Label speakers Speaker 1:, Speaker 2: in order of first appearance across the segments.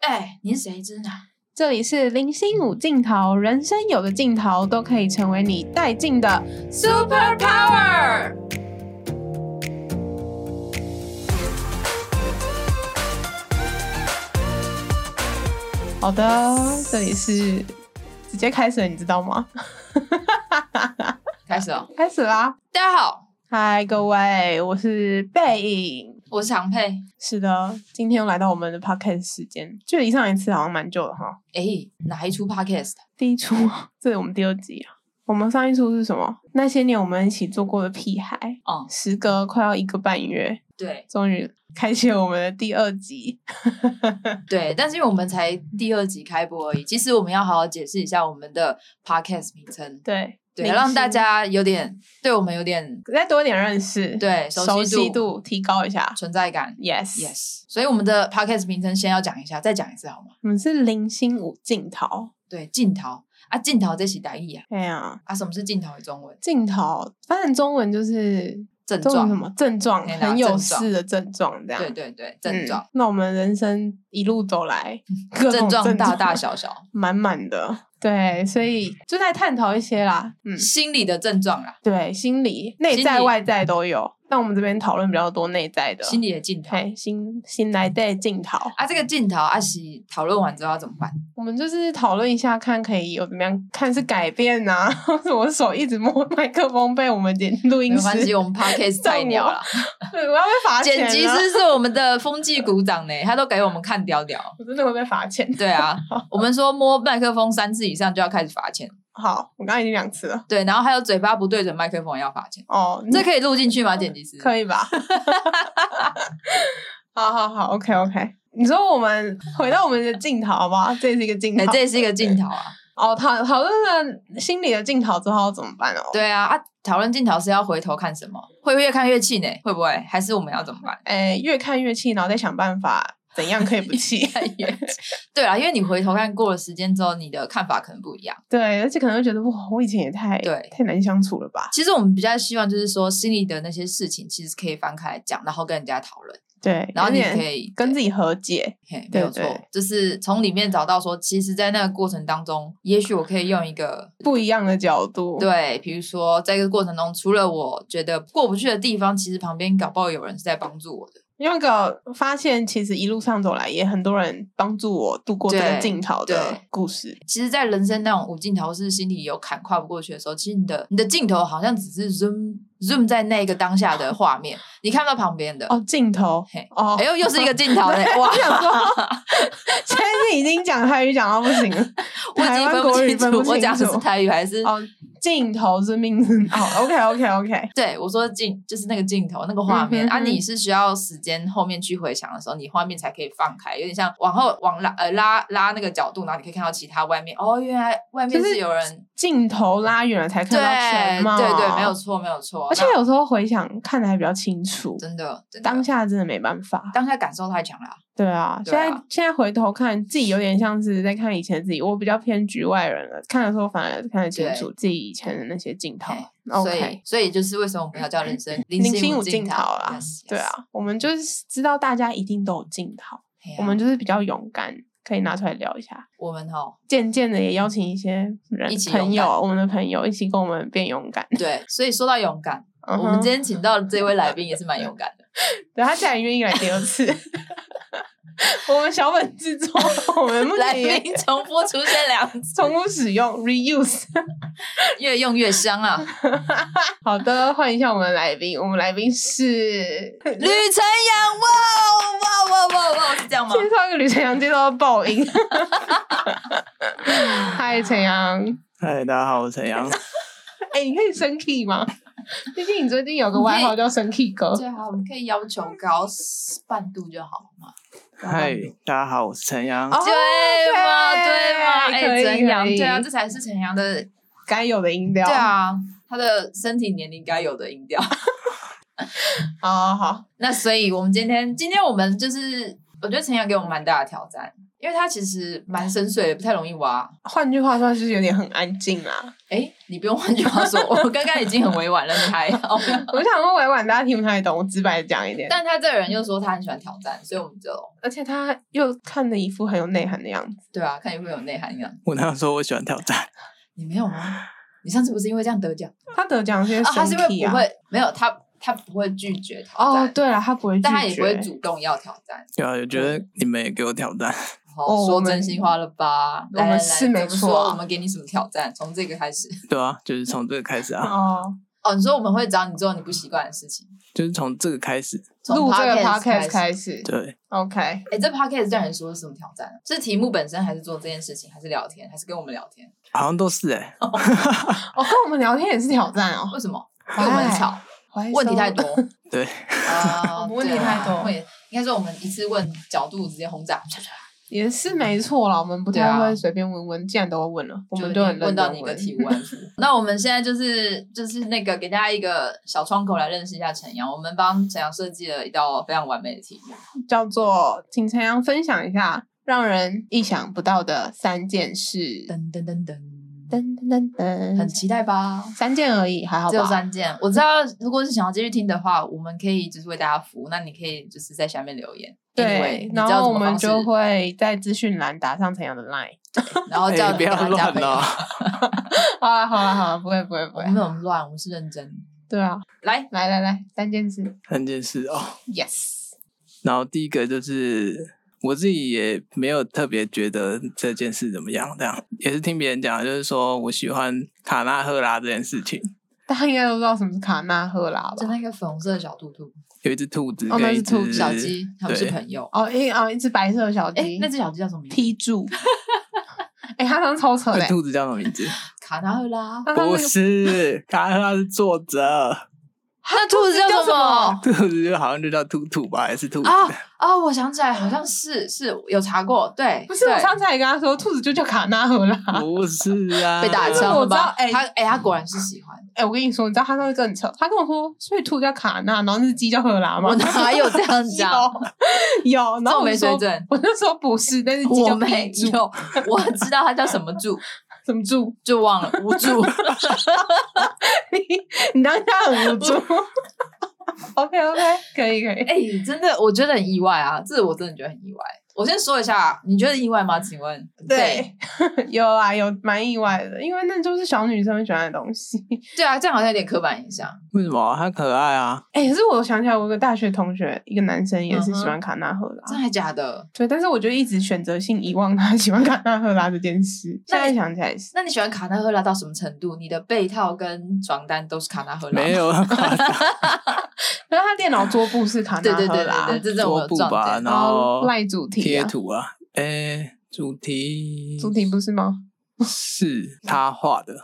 Speaker 1: 哎，您谁知呢？
Speaker 2: 这里是零星五镜头，人生有个镜头都可以成为你带劲的 super power。好的，这里是直接开始了，你知道吗？
Speaker 1: 开始哦，
Speaker 2: 开始啦！
Speaker 1: 大家好，
Speaker 2: 嗨，各位，我是背影。
Speaker 1: 我是常佩。
Speaker 2: 是的，今天又来到我们的 podcast 时间，距离上一次好像蛮久了哈。
Speaker 1: 哎，哪一出 podcast？
Speaker 2: 第一出，这是我们第二集啊。我们上一出是什么？那些年我们一起做过的屁孩。
Speaker 1: 哦，
Speaker 2: 时隔快要一个半月，
Speaker 1: 对
Speaker 2: 终于开启了我们的第二集。
Speaker 1: 对，但是因为我们才第二集开播而已，其实我们要好好解释一下我们的 podcast 名称，
Speaker 2: 对
Speaker 1: 对，
Speaker 2: 明
Speaker 1: 让大
Speaker 2: 星
Speaker 1: 家有点对我们有点
Speaker 2: 再多一点认识，，
Speaker 1: 对
Speaker 2: 熟
Speaker 1: 悉
Speaker 2: 悉度提高一下。
Speaker 1: 存在感。
Speaker 2: Yes，,
Speaker 1: Yes，所以我们的 podcast 名称先要讲一下，再讲一次好吗？
Speaker 2: 我们是零星五镜头。
Speaker 1: 对，镜头啊，镜头这起打意啊
Speaker 2: 哎呀，
Speaker 1: 啊，什么是镜头的中文？
Speaker 2: 镜头，反正中文就是
Speaker 1: 症
Speaker 2: 中文
Speaker 1: 状
Speaker 2: 什么症状，
Speaker 1: 可以拿
Speaker 2: 很有
Speaker 1: 症状
Speaker 2: 事的症状这样。
Speaker 1: 对对对，症状、嗯
Speaker 2: 嗯那我们人生一路走来，各种
Speaker 1: 症状
Speaker 2: 症
Speaker 1: 大大
Speaker 2: 状
Speaker 1: 小小，
Speaker 2: 满满 的。对，所以就在探讨一些啦，嗯，
Speaker 1: 心理的症状啊啦，
Speaker 2: 对，心理、内
Speaker 1: 心
Speaker 2: 在、
Speaker 1: 理
Speaker 2: 外在都有。但我们这边讨论比较多内在的，
Speaker 1: 心理的镜头
Speaker 2: 嘿，心心来带镜头，
Speaker 1: 啊，这个镜头啊，是讨论完之后要怎么办？
Speaker 2: 我们就是讨论一下，看可以有怎么样，看是改变呐、啊。或者我手一 直摸麦克风，被我们剪录音
Speaker 1: 没
Speaker 2: 师，
Speaker 1: 关系，我们 podcast
Speaker 2: 动
Speaker 1: 菜鸟
Speaker 2: 摇
Speaker 1: 啦，
Speaker 2: 对我要被罚钱
Speaker 1: 剪
Speaker 2: 了，
Speaker 1: 辑师是我们的风纪鼓掌呢，他都给我们看屌屌。
Speaker 2: 我真的会被罚钱。
Speaker 1: 对 啊，我们说摸麦克风三次以上就要开始罚钱，
Speaker 2: 好，我刚刚已经两次了，
Speaker 1: 对，然后还有嘴巴不对准麦克风也要罚钱，
Speaker 2: 哦，
Speaker 1: 这可以录进去吗？剪辑师哎
Speaker 2: 可
Speaker 1: 以，
Speaker 2: 以吧？ 好好好，OK OK。你说我们回到我们的镜头好不好？这也是一个镜
Speaker 1: 哎，
Speaker 2: 头
Speaker 1: 这也是一个镜头 啊。
Speaker 2: 哦。讨讨论了心理的镜头之后要怎么办哦？，
Speaker 1: 对啊，啊，讨论镜头是要回头看什么？会越看越气呢？会不会？还是我们要怎么 办？。
Speaker 2: 哎，越看越气，然后再想办法怎样可以不气
Speaker 1: 对啊，因为你回头看过了时间之后，你的看法可能不一样。
Speaker 2: 对，而且可能会觉得哇，我以前也太
Speaker 1: 对
Speaker 2: 太难相处了吧？
Speaker 1: 其实我们比较希望就是说，心里的那些事情其实可以翻开来讲，然后跟人家讨论，
Speaker 2: 对，
Speaker 1: 然后你
Speaker 2: 有点
Speaker 1: 可以
Speaker 2: 跟自
Speaker 1: 己
Speaker 2: 己和解。
Speaker 1: 嘿，没
Speaker 2: 对
Speaker 1: 有错
Speaker 2: 对，
Speaker 1: 就是从里面找到说，其实，在那个过程当中，也许我可以用一个。
Speaker 2: 不一样的角度，
Speaker 1: 对，比如说，在这个过程中，除了我觉得过不去的地方，其实旁边搞不好有人是在帮助我的。
Speaker 2: 因为个发现，其实一路上走来，也很多人帮助我度过这
Speaker 1: 对
Speaker 2: 个镜头的
Speaker 1: 对
Speaker 2: 故事。
Speaker 1: 其实，在人生那种无尽头是心里有坎跨不过去的时候，其实你的
Speaker 2: 嗯
Speaker 1: 你的镜头好像只是 zoom zoom 在那个当下的画面，你看不到旁边的。
Speaker 2: 哦，镜头
Speaker 1: 嘿，
Speaker 2: 哦，
Speaker 1: 哎呦，又是一个镜头 嘞！哇，，
Speaker 2: 想说现在是已经讲台语讲到不行了
Speaker 1: 我已
Speaker 2: 台
Speaker 1: 经
Speaker 2: 湾
Speaker 1: 分不
Speaker 2: 国语
Speaker 1: 清
Speaker 2: 分不
Speaker 1: 楚，
Speaker 2: 清
Speaker 1: 我讲的是台语还是？
Speaker 2: 哦，镜头是命是哦，OK OK OK，
Speaker 1: 对，我说镜就是那个镜头那个画面、
Speaker 2: 嗯哼
Speaker 1: 啊，
Speaker 2: 哼
Speaker 1: 你是需要时间后面去回想的时候，你画面才可以放开，有点像往后往拉呃拉拉那个角度，然后你可以看到其他外面。哦，原来外面
Speaker 2: 就是
Speaker 1: 是有人。
Speaker 2: 镜头拉远了才看
Speaker 1: 对
Speaker 2: 到全貌，啊
Speaker 1: 对对，没有。错没有错。
Speaker 2: 而且
Speaker 1: 那
Speaker 2: 有时候回想看的还比较清楚，
Speaker 1: 真的真的
Speaker 2: 当下真的没办法。
Speaker 1: 当下感受太强了啊、
Speaker 2: 对啊，
Speaker 1: 对啊
Speaker 2: 现在现在回头看自己，有点像是在看以前的自己。我比较偏局外人了，看的时候反而看得清楚自己以前的那些镜头
Speaker 1: 嘿。所
Speaker 2: OK 嗯
Speaker 1: 以。所以就是为什么我们要叫人生零
Speaker 2: 零星
Speaker 1: 星
Speaker 2: 五
Speaker 1: 镜
Speaker 2: 镜头啦
Speaker 1: Yes, yes
Speaker 2: 对啊，我们就是知道大家一定都有镜头，
Speaker 1: 嘿啊
Speaker 2: 我们就是比较勇敢，可以拿出来聊一下。
Speaker 1: 我们哦，
Speaker 2: 渐渐的也邀请一些人
Speaker 1: 一起勇
Speaker 2: 朋友，
Speaker 1: 敢
Speaker 2: 我们的朋友一起跟我们变勇敢。
Speaker 1: 对，所以说到勇敢，
Speaker 2: 嗯
Speaker 1: 我们
Speaker 2: 哼
Speaker 1: 今天请到的这位来宾也是蛮勇敢的。
Speaker 2: 对他竟然愿意来第二 次，我们小本制作，我们目
Speaker 1: 来
Speaker 2: 前也
Speaker 1: 宾重复出现两次，
Speaker 2: 重复使用 reuse。
Speaker 1: 越用越香 啊！
Speaker 2: 好的，换一下我们的来宾，我们来宾是
Speaker 1: 吕晨阳，哇哇哇哇哇，是这样吗？
Speaker 2: 介绍一个吕晨阳，介绍到爆 音。嗨，陈阳，
Speaker 3: 嗨，大家好，我是陈 阳。
Speaker 2: 哎、你可以升 key 吗？毕竟你最近有个外号叫升 key 哥，
Speaker 1: 最好我们可以要求高半度就好嘛。
Speaker 3: 嗨，大家好，我是陈阳。
Speaker 2: 哦
Speaker 1: 对嘛对嘛，
Speaker 2: 对
Speaker 1: 哎，
Speaker 2: 可以
Speaker 1: 陈阳，
Speaker 2: 可以
Speaker 1: 对啊，这才是陈阳的，
Speaker 2: 该有的音调。
Speaker 1: 对，啊，他的身体年龄该有的音调。
Speaker 2: 好好好，哦
Speaker 1: 那所以我们今天，今天我们就是，我觉得陈阳给我们蛮大的挑战，因为它其实蛮深邃的，不太容易挖。
Speaker 2: 换句话说，就是有点很安静啦。
Speaker 1: 哎，你不用换句话说，我刚刚已经很委婉了，你还要？
Speaker 2: 我想说委婉，大家听不太懂，我直白讲一点。
Speaker 1: 但他这个人又说他很喜欢挑战，所以我们就
Speaker 2: 而且他又看的一副很有内涵的样子。
Speaker 1: 对啊，看你会有内涵一样。
Speaker 3: 我那时候我喜欢挑战，
Speaker 1: 你没有吗？你上次不是因为这样得奖？
Speaker 2: 他得奖是因为
Speaker 1: 啊，他是
Speaker 2: 身
Speaker 1: 因为
Speaker 2: 体
Speaker 1: 不会没有他，他不会拒绝挑
Speaker 2: 哦
Speaker 1: 战，，
Speaker 2: 对了，他不会拒绝，
Speaker 1: 但他也不会主动要挑战。
Speaker 3: 对啊，我觉得
Speaker 2: 嗯
Speaker 3: 你们也给我挑战。
Speaker 1: 好，
Speaker 2: 哦我
Speaker 1: 说
Speaker 2: 们
Speaker 1: 真心话了吧？
Speaker 2: 我
Speaker 1: 来
Speaker 2: 们
Speaker 1: 来
Speaker 2: 是
Speaker 1: 来
Speaker 2: 没
Speaker 1: 怎么
Speaker 2: 错
Speaker 1: 说
Speaker 2: 啊
Speaker 1: 我们给你什么挑战？从这个开始。
Speaker 3: 对啊，就是从这个开始啊，
Speaker 2: 哦。
Speaker 1: 哦，你说我们会找你做你不习惯的事情，
Speaker 3: 就是从这个开始。
Speaker 1: 从
Speaker 2: 录这个
Speaker 1: podcast
Speaker 2: 开
Speaker 1: 始。
Speaker 2: 始
Speaker 3: 对，
Speaker 2: ，OK，
Speaker 1: 哎，这 podcast 对你说是什么挑战啊？是题目本身，还是做这件事情，还是聊天，还是跟我们聊天？
Speaker 3: 好像都是哎、
Speaker 2: 哦，跟我们聊天也是挑战哦，
Speaker 1: 为什么？因为我们很吵，
Speaker 2: 哎
Speaker 1: 问题太多。
Speaker 3: 对
Speaker 1: 啊，
Speaker 2: 问题太多
Speaker 1: 会应该说我们一次问角度直接轰炸，
Speaker 2: 也是没错啦，我们不
Speaker 1: 对
Speaker 2: 太
Speaker 1: 啊
Speaker 2: 会随便问问，既然都问了，我们
Speaker 1: 就
Speaker 2: 就
Speaker 1: 已
Speaker 2: 很
Speaker 1: 经
Speaker 2: 认
Speaker 1: 问到
Speaker 2: 真
Speaker 1: 你一个体无完肤。那我们现在就是就是那个给大家一个小窗口来认识一下陈阳，我们帮陈阳设计了一道非常完美的题目。
Speaker 2: 叫做请陈阳分享一下让人意想不到的三件事。
Speaker 1: 噔噔噔噔，
Speaker 2: 噔噔噔
Speaker 1: 很
Speaker 2: 噔，
Speaker 1: 期待吧？
Speaker 2: 三件而已，还好吧？
Speaker 1: 只有三件，我知道。如果是想要继续听的话，我们可以就是为大家服务。那你可以就是在下面留言，Anyway，
Speaker 2: 对
Speaker 1: 你，知
Speaker 2: 然
Speaker 1: 道
Speaker 2: 后
Speaker 1: 怎么
Speaker 2: 我们
Speaker 1: 方式
Speaker 2: 就会在资讯栏打上陈阳的 line。
Speaker 1: 然后
Speaker 3: 哎
Speaker 1: 叫
Speaker 3: 不
Speaker 1: 你
Speaker 3: 要
Speaker 1: 赶快加
Speaker 3: 乱
Speaker 1: 朋友。
Speaker 3: 了，
Speaker 2: 好啊啦好啦好啦，不会不会
Speaker 1: 我
Speaker 2: 不会
Speaker 1: 们，没有乱，我们是认真。
Speaker 2: 对啊，
Speaker 1: 来，
Speaker 2: 来来来，三件事
Speaker 3: 三件事哦。
Speaker 2: ，yes，
Speaker 3: 然后第一个就是我自己也没有特别觉得这件事怎么样，这样也是听别人讲，就是说我喜欢卡纳赫拉这件事情，
Speaker 2: 大家应该都知道什么是卡纳赫拉
Speaker 1: 就
Speaker 2: 吧？
Speaker 1: 那个粉红色的小兔兔、
Speaker 3: 有一只兔子
Speaker 2: 哦那
Speaker 3: 跟
Speaker 2: 是
Speaker 3: 一只、
Speaker 2: 兔子
Speaker 1: 小鸡，他们是朋友。
Speaker 2: 哦，一哦一只白色的小
Speaker 1: 哎
Speaker 2: 鸡，，
Speaker 1: 那只小鸡叫什么名字？
Speaker 2: 踢住， 哎，他刚超扯
Speaker 3: 那
Speaker 2: 嘞，
Speaker 3: 呃兔子叫什么名字？
Speaker 1: 卡纳赫拉。
Speaker 2: 他刚那
Speaker 3: 不
Speaker 2: 个
Speaker 3: 是，卡纳赫拉是作者，
Speaker 1: 那兔子叫什么？
Speaker 3: 兔子 就好像就叫兔兔吧，还是兔
Speaker 2: 哦
Speaker 3: 子？
Speaker 1: 啊啊！我想起来，好像是是有查过，对，
Speaker 2: 不是，我
Speaker 1: 对
Speaker 2: 上次还跟他说，兔子就叫卡纳赫拉。
Speaker 3: 不是啊，
Speaker 1: 被打
Speaker 2: 这
Speaker 1: 枪
Speaker 2: 我
Speaker 1: 了
Speaker 2: 知道
Speaker 1: 吧？
Speaker 2: 哎
Speaker 1: 他哎，他果然是喜欢。
Speaker 2: 哎、我跟你说，你知道他那个更扯，他跟我说，所以兔子叫卡纳，然后那只鸡叫赫拉吗
Speaker 1: 我？哪有这样讲？
Speaker 2: 有，有，然后
Speaker 1: 这么
Speaker 2: 我
Speaker 1: 没
Speaker 2: 就说
Speaker 1: 水准
Speaker 2: 我就说不是，但是鸡
Speaker 1: 我
Speaker 2: 叫
Speaker 1: 没
Speaker 2: 配柱，
Speaker 1: 有，我知道他叫什么柱，
Speaker 2: 怎么住？
Speaker 1: 就忘了无 助。
Speaker 2: 你当下很无助。OK OK，可 以可以。
Speaker 1: 哎、真的，我觉得很意外啊！这我真的觉得很意外。我先说一下，你觉得意外吗？请问，
Speaker 2: 对， 有啊，有蛮意外的，因为那就是小女生会喜欢的东西。
Speaker 1: 对啊，这样好像有点刻板印象。
Speaker 3: 为什么？它可爱啊，
Speaker 2: 哎、可是我想起来，我有个大学同学，一个男生也是喜
Speaker 1: 嗯哼
Speaker 2: 欢卡纳赫拉。
Speaker 1: 真的还假的？
Speaker 2: 对，但是我就一直选择性遗忘他 喜欢卡纳赫拉这件事。现
Speaker 1: 那你
Speaker 2: 在想起来是，
Speaker 1: 那你喜欢卡纳赫拉到什么程度？你的被套跟床单都是卡纳赫拉？
Speaker 3: 没，有夸张
Speaker 2: 但他电脑桌布是 卡
Speaker 1: 对
Speaker 2: 纳
Speaker 1: 对
Speaker 2: 赫
Speaker 1: 对
Speaker 2: 拉，
Speaker 1: 对对，这种我
Speaker 3: 桌
Speaker 1: 有
Speaker 3: 布
Speaker 1: 撞
Speaker 3: 吧，
Speaker 1: 见。
Speaker 3: 然
Speaker 2: 然后
Speaker 3: 后
Speaker 2: 赖主题、
Speaker 3: 哦贴
Speaker 2: 啊，
Speaker 3: 图啊， 哎，主题
Speaker 2: 主题不是吗？，
Speaker 3: 是他画的，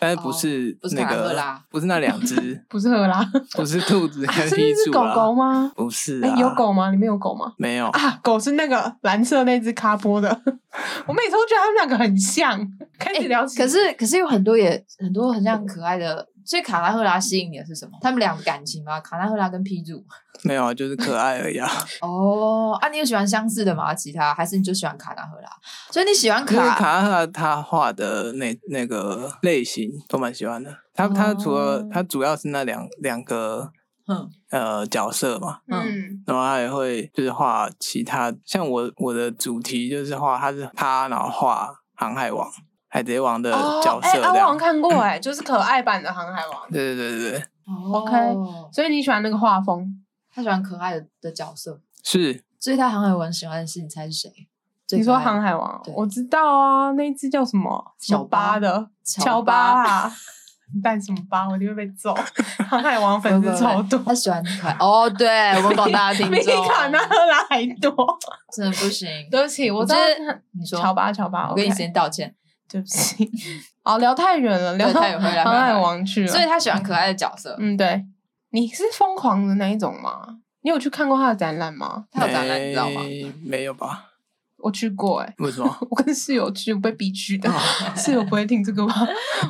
Speaker 3: 但是不是
Speaker 1: 不是
Speaker 3: 那
Speaker 1: 卡拉赫
Speaker 3: 个、
Speaker 1: 拉
Speaker 3: 不是那两 只
Speaker 2: 不是赫拉，啊
Speaker 3: 不是兔子跟
Speaker 2: 是
Speaker 3: 皮
Speaker 2: 那只
Speaker 3: 鼠
Speaker 2: 狗
Speaker 3: 啦
Speaker 2: 狗吗？
Speaker 3: 不是
Speaker 2: 哎、
Speaker 3: 啊，
Speaker 2: 有狗吗？里面有狗吗？
Speaker 3: 没有？
Speaker 2: 啊，狗是那个蓝色那只咖波的， 我每次都觉得他们两个很像。开始聊起，
Speaker 1: 哎可是可是有很多也很多很像可爱的，所以卡纳赫拉吸引你的是什么？他们俩的感情吗？卡纳赫拉跟 P 柱。
Speaker 3: 没有啊，就是可爱而 已啊。
Speaker 1: 哦，啊，你有喜欢相似的吗？其他还是你就喜欢卡纳赫拉？所以你喜欢
Speaker 3: 可是
Speaker 1: 卡
Speaker 3: 卡哈他画的那那个类型都蛮喜欢的。他他除了
Speaker 2: 哦
Speaker 3: 他主要是那两两个
Speaker 1: 嗯
Speaker 3: 呃角色嘛，
Speaker 2: 嗯，
Speaker 3: 然后他也会就是画其他，像我我的主题就是画他是他，然后画航海王、海贼王的
Speaker 1: 哦
Speaker 3: 角色
Speaker 2: 哎、
Speaker 3: 这
Speaker 2: 啊我好
Speaker 3: 样。
Speaker 2: 像看过、哎，就是可爱版的《航海王》，
Speaker 3: 对对对对，
Speaker 2: 哦
Speaker 1: ，OK，
Speaker 2: 所以你喜欢那个画风？
Speaker 1: 他喜欢可爱的的角色，
Speaker 3: 是
Speaker 1: 所以他航海王喜欢的是你猜是谁？最
Speaker 2: 你说《
Speaker 1: 可爱的
Speaker 2: 航海王
Speaker 1: 对》，
Speaker 2: 我知道啊，那一只叫什么
Speaker 1: 小
Speaker 2: 什么巴
Speaker 1: 巴
Speaker 2: 的
Speaker 1: 乔
Speaker 2: 乔
Speaker 1: 巴
Speaker 2: 巴啊 啦，你扮什么巴，我一定会被揍。航海王 粉丝超多，
Speaker 1: 他喜欢可爱哦，对我们广大的 听
Speaker 2: 比
Speaker 1: 众，
Speaker 2: 卡纳赫拉还 多。
Speaker 1: 真的哦不行。
Speaker 2: 对不起，我
Speaker 1: 觉
Speaker 2: 真
Speaker 1: 得
Speaker 2: 的
Speaker 1: 你说，
Speaker 2: 乔巴乔巴，
Speaker 1: 我跟你
Speaker 2: OK，
Speaker 1: 先道歉。
Speaker 2: 对不起。哦，聊太远了，聊
Speaker 1: 对
Speaker 2: 到
Speaker 1: 太远回来
Speaker 2: 航
Speaker 1: 回来
Speaker 2: 海王去了。
Speaker 1: 所以，他喜欢可爱的角色，
Speaker 2: 啊嗯，对，你是疯狂的那一种吗？你有去看过他的展览吗？
Speaker 1: 他有展
Speaker 3: 哎
Speaker 1: 览，你知道吗？
Speaker 3: 没没有吧？
Speaker 2: 我去过，哎，
Speaker 3: 为 什么？
Speaker 2: 我跟室友去，我被逼去的。
Speaker 3: 哦
Speaker 2: 室友不会听这个吗？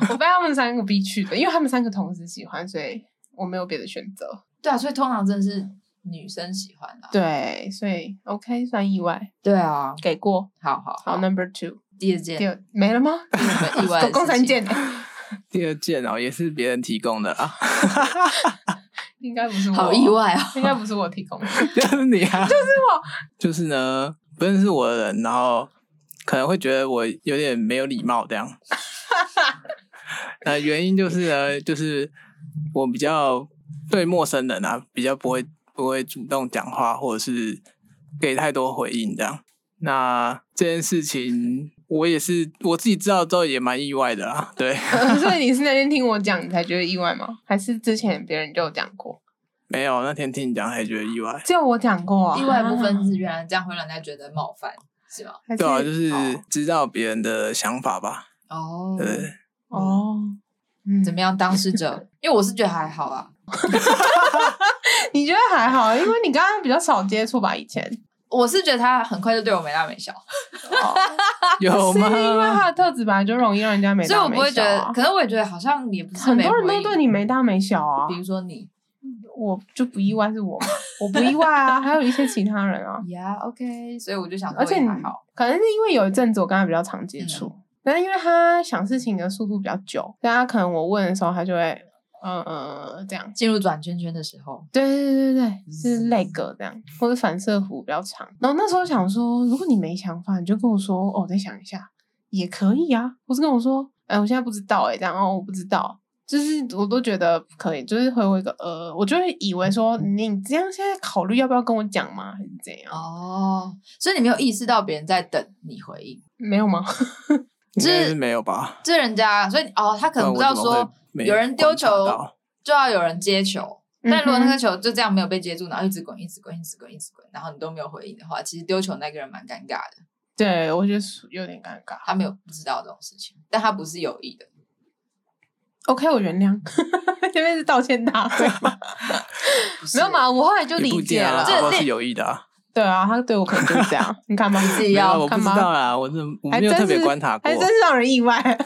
Speaker 2: 我被他们三个逼去的，因为他们三个同时喜欢，所以我没有别的选择。
Speaker 1: 对啊，所以通常真的是女生喜欢啦。
Speaker 2: 对，所以 OK 算意外，
Speaker 1: 对啊，
Speaker 2: 给过。
Speaker 1: 好好
Speaker 2: 好，Number Two，
Speaker 1: 第二
Speaker 2: 第
Speaker 1: 件
Speaker 2: 二没了吗？
Speaker 1: 你 们意外的
Speaker 2: 总共
Speaker 1: 事
Speaker 2: 三
Speaker 1: 情，
Speaker 2: 件，
Speaker 3: 第二件哦，也是别人提供的啊啦，
Speaker 2: 应该不是我，
Speaker 1: 好意，外 啊！
Speaker 2: 应该不是我提 供的。
Speaker 3: 就是你啊，就是我，就是呢，不认识我的人，然后可能会觉得我有点没有礼貌这样。呃，原因就是呢，就是我比较对陌生人啊，比较不会不会主动讲话，或者是给太多回应这样。那这件事情，我也是我自己知道之后也蛮意外的啦， 对。
Speaker 2: 所以你是那天听我讲，你才觉得意外吗？还是之前别人就有讲过？
Speaker 3: 没有，那天听你讲还觉得意外。
Speaker 2: 只有我讲过、啊，
Speaker 1: 意外部分是原来这样会让人家觉得冒犯，是吗？
Speaker 2: 还是
Speaker 3: 对啊，就是
Speaker 1: 哦
Speaker 3: 知道别人的想法吧。
Speaker 1: 哦，
Speaker 3: 对，
Speaker 2: 哦，嗯
Speaker 1: 怎么样？当事者，因为我是觉得还好啊。
Speaker 2: 你觉得还好？因为你刚刚比较少接触吧，以前
Speaker 1: 我是觉得他很快就对我没大没小，
Speaker 2: 哦
Speaker 3: 有
Speaker 2: 是因为
Speaker 3: 吗？
Speaker 2: 他的特质本来就容易让人家没
Speaker 1: 所以
Speaker 2: 大
Speaker 1: 我
Speaker 2: 没
Speaker 1: 不会觉
Speaker 2: 小
Speaker 1: 得
Speaker 2: 啊、，
Speaker 1: 可能我也觉得好像也不是
Speaker 2: 很
Speaker 1: 没
Speaker 2: 多人
Speaker 1: 回
Speaker 2: 都
Speaker 1: 应
Speaker 2: 对你没大没小啊
Speaker 1: 比。如说你
Speaker 2: 我就不意外是我吗？我不意 外啊，还有一些其他人啊。
Speaker 1: ，Yeah，OK，所以我就想说
Speaker 2: 而且
Speaker 1: 也
Speaker 2: 你
Speaker 1: 还好，
Speaker 2: 可能是因为有一阵子我跟他比较常接触，
Speaker 1: 嗯
Speaker 2: 但是因为他想事情的速度比较久，大家可能我问的时候，他就会嗯嗯这样。
Speaker 1: 进入转圈圈的时候，
Speaker 2: 对对对对对，是类格这样，或者反射弧比较长。然后那时候想说，如果你没想法，你就跟我说，哦，我再想一下也可以啊，或是跟我说，哎，我现在不知道、哎，这样哦，我不知道，就是我都觉得可以，就是回我一个呃，我就会以为说你这样现在考虑要不要跟我讲吗，还是怎样？
Speaker 1: 哦，所以你没有意识到别人在等你回应，
Speaker 2: 没有吗？
Speaker 3: 应该
Speaker 1: 是
Speaker 3: 是没有吧？
Speaker 1: 这人家，所以哦，他可能不知道
Speaker 3: 然我怎么
Speaker 1: 说
Speaker 3: 会没
Speaker 1: 有人丢
Speaker 3: 观察
Speaker 1: 球
Speaker 3: 到
Speaker 1: 就要有人接球。但如果那
Speaker 2: 嗯哼
Speaker 1: 个球就这样没有被接住，然后一直滚，一直滚，一直滚，一直滚，然后你都没有回应的话，其实丢球那个人蛮尴尬的，
Speaker 2: 对，我觉得是有点尴尬。
Speaker 1: 他没有不知道这种事情，但他不是有意的。
Speaker 2: OK，我原谅。这边是道歉大会吗？
Speaker 1: 不是
Speaker 2: 没有？嘛，我后来就
Speaker 3: 也不
Speaker 2: 理
Speaker 3: 一
Speaker 2: 解
Speaker 3: 定
Speaker 2: 了。
Speaker 3: 啊搞不好
Speaker 1: 这
Speaker 3: 是有意的啊。
Speaker 2: 对啊，他对我可能就是这 样。你看吧，
Speaker 1: 自己
Speaker 3: 没有啊，
Speaker 1: 要
Speaker 3: 我不
Speaker 2: 干
Speaker 3: 知
Speaker 2: 嘛
Speaker 3: 道啦，我怎么我
Speaker 2: 还
Speaker 3: 没有
Speaker 2: 真
Speaker 3: 特别
Speaker 2: 是
Speaker 3: 观察过
Speaker 2: 还。真是让人意 外。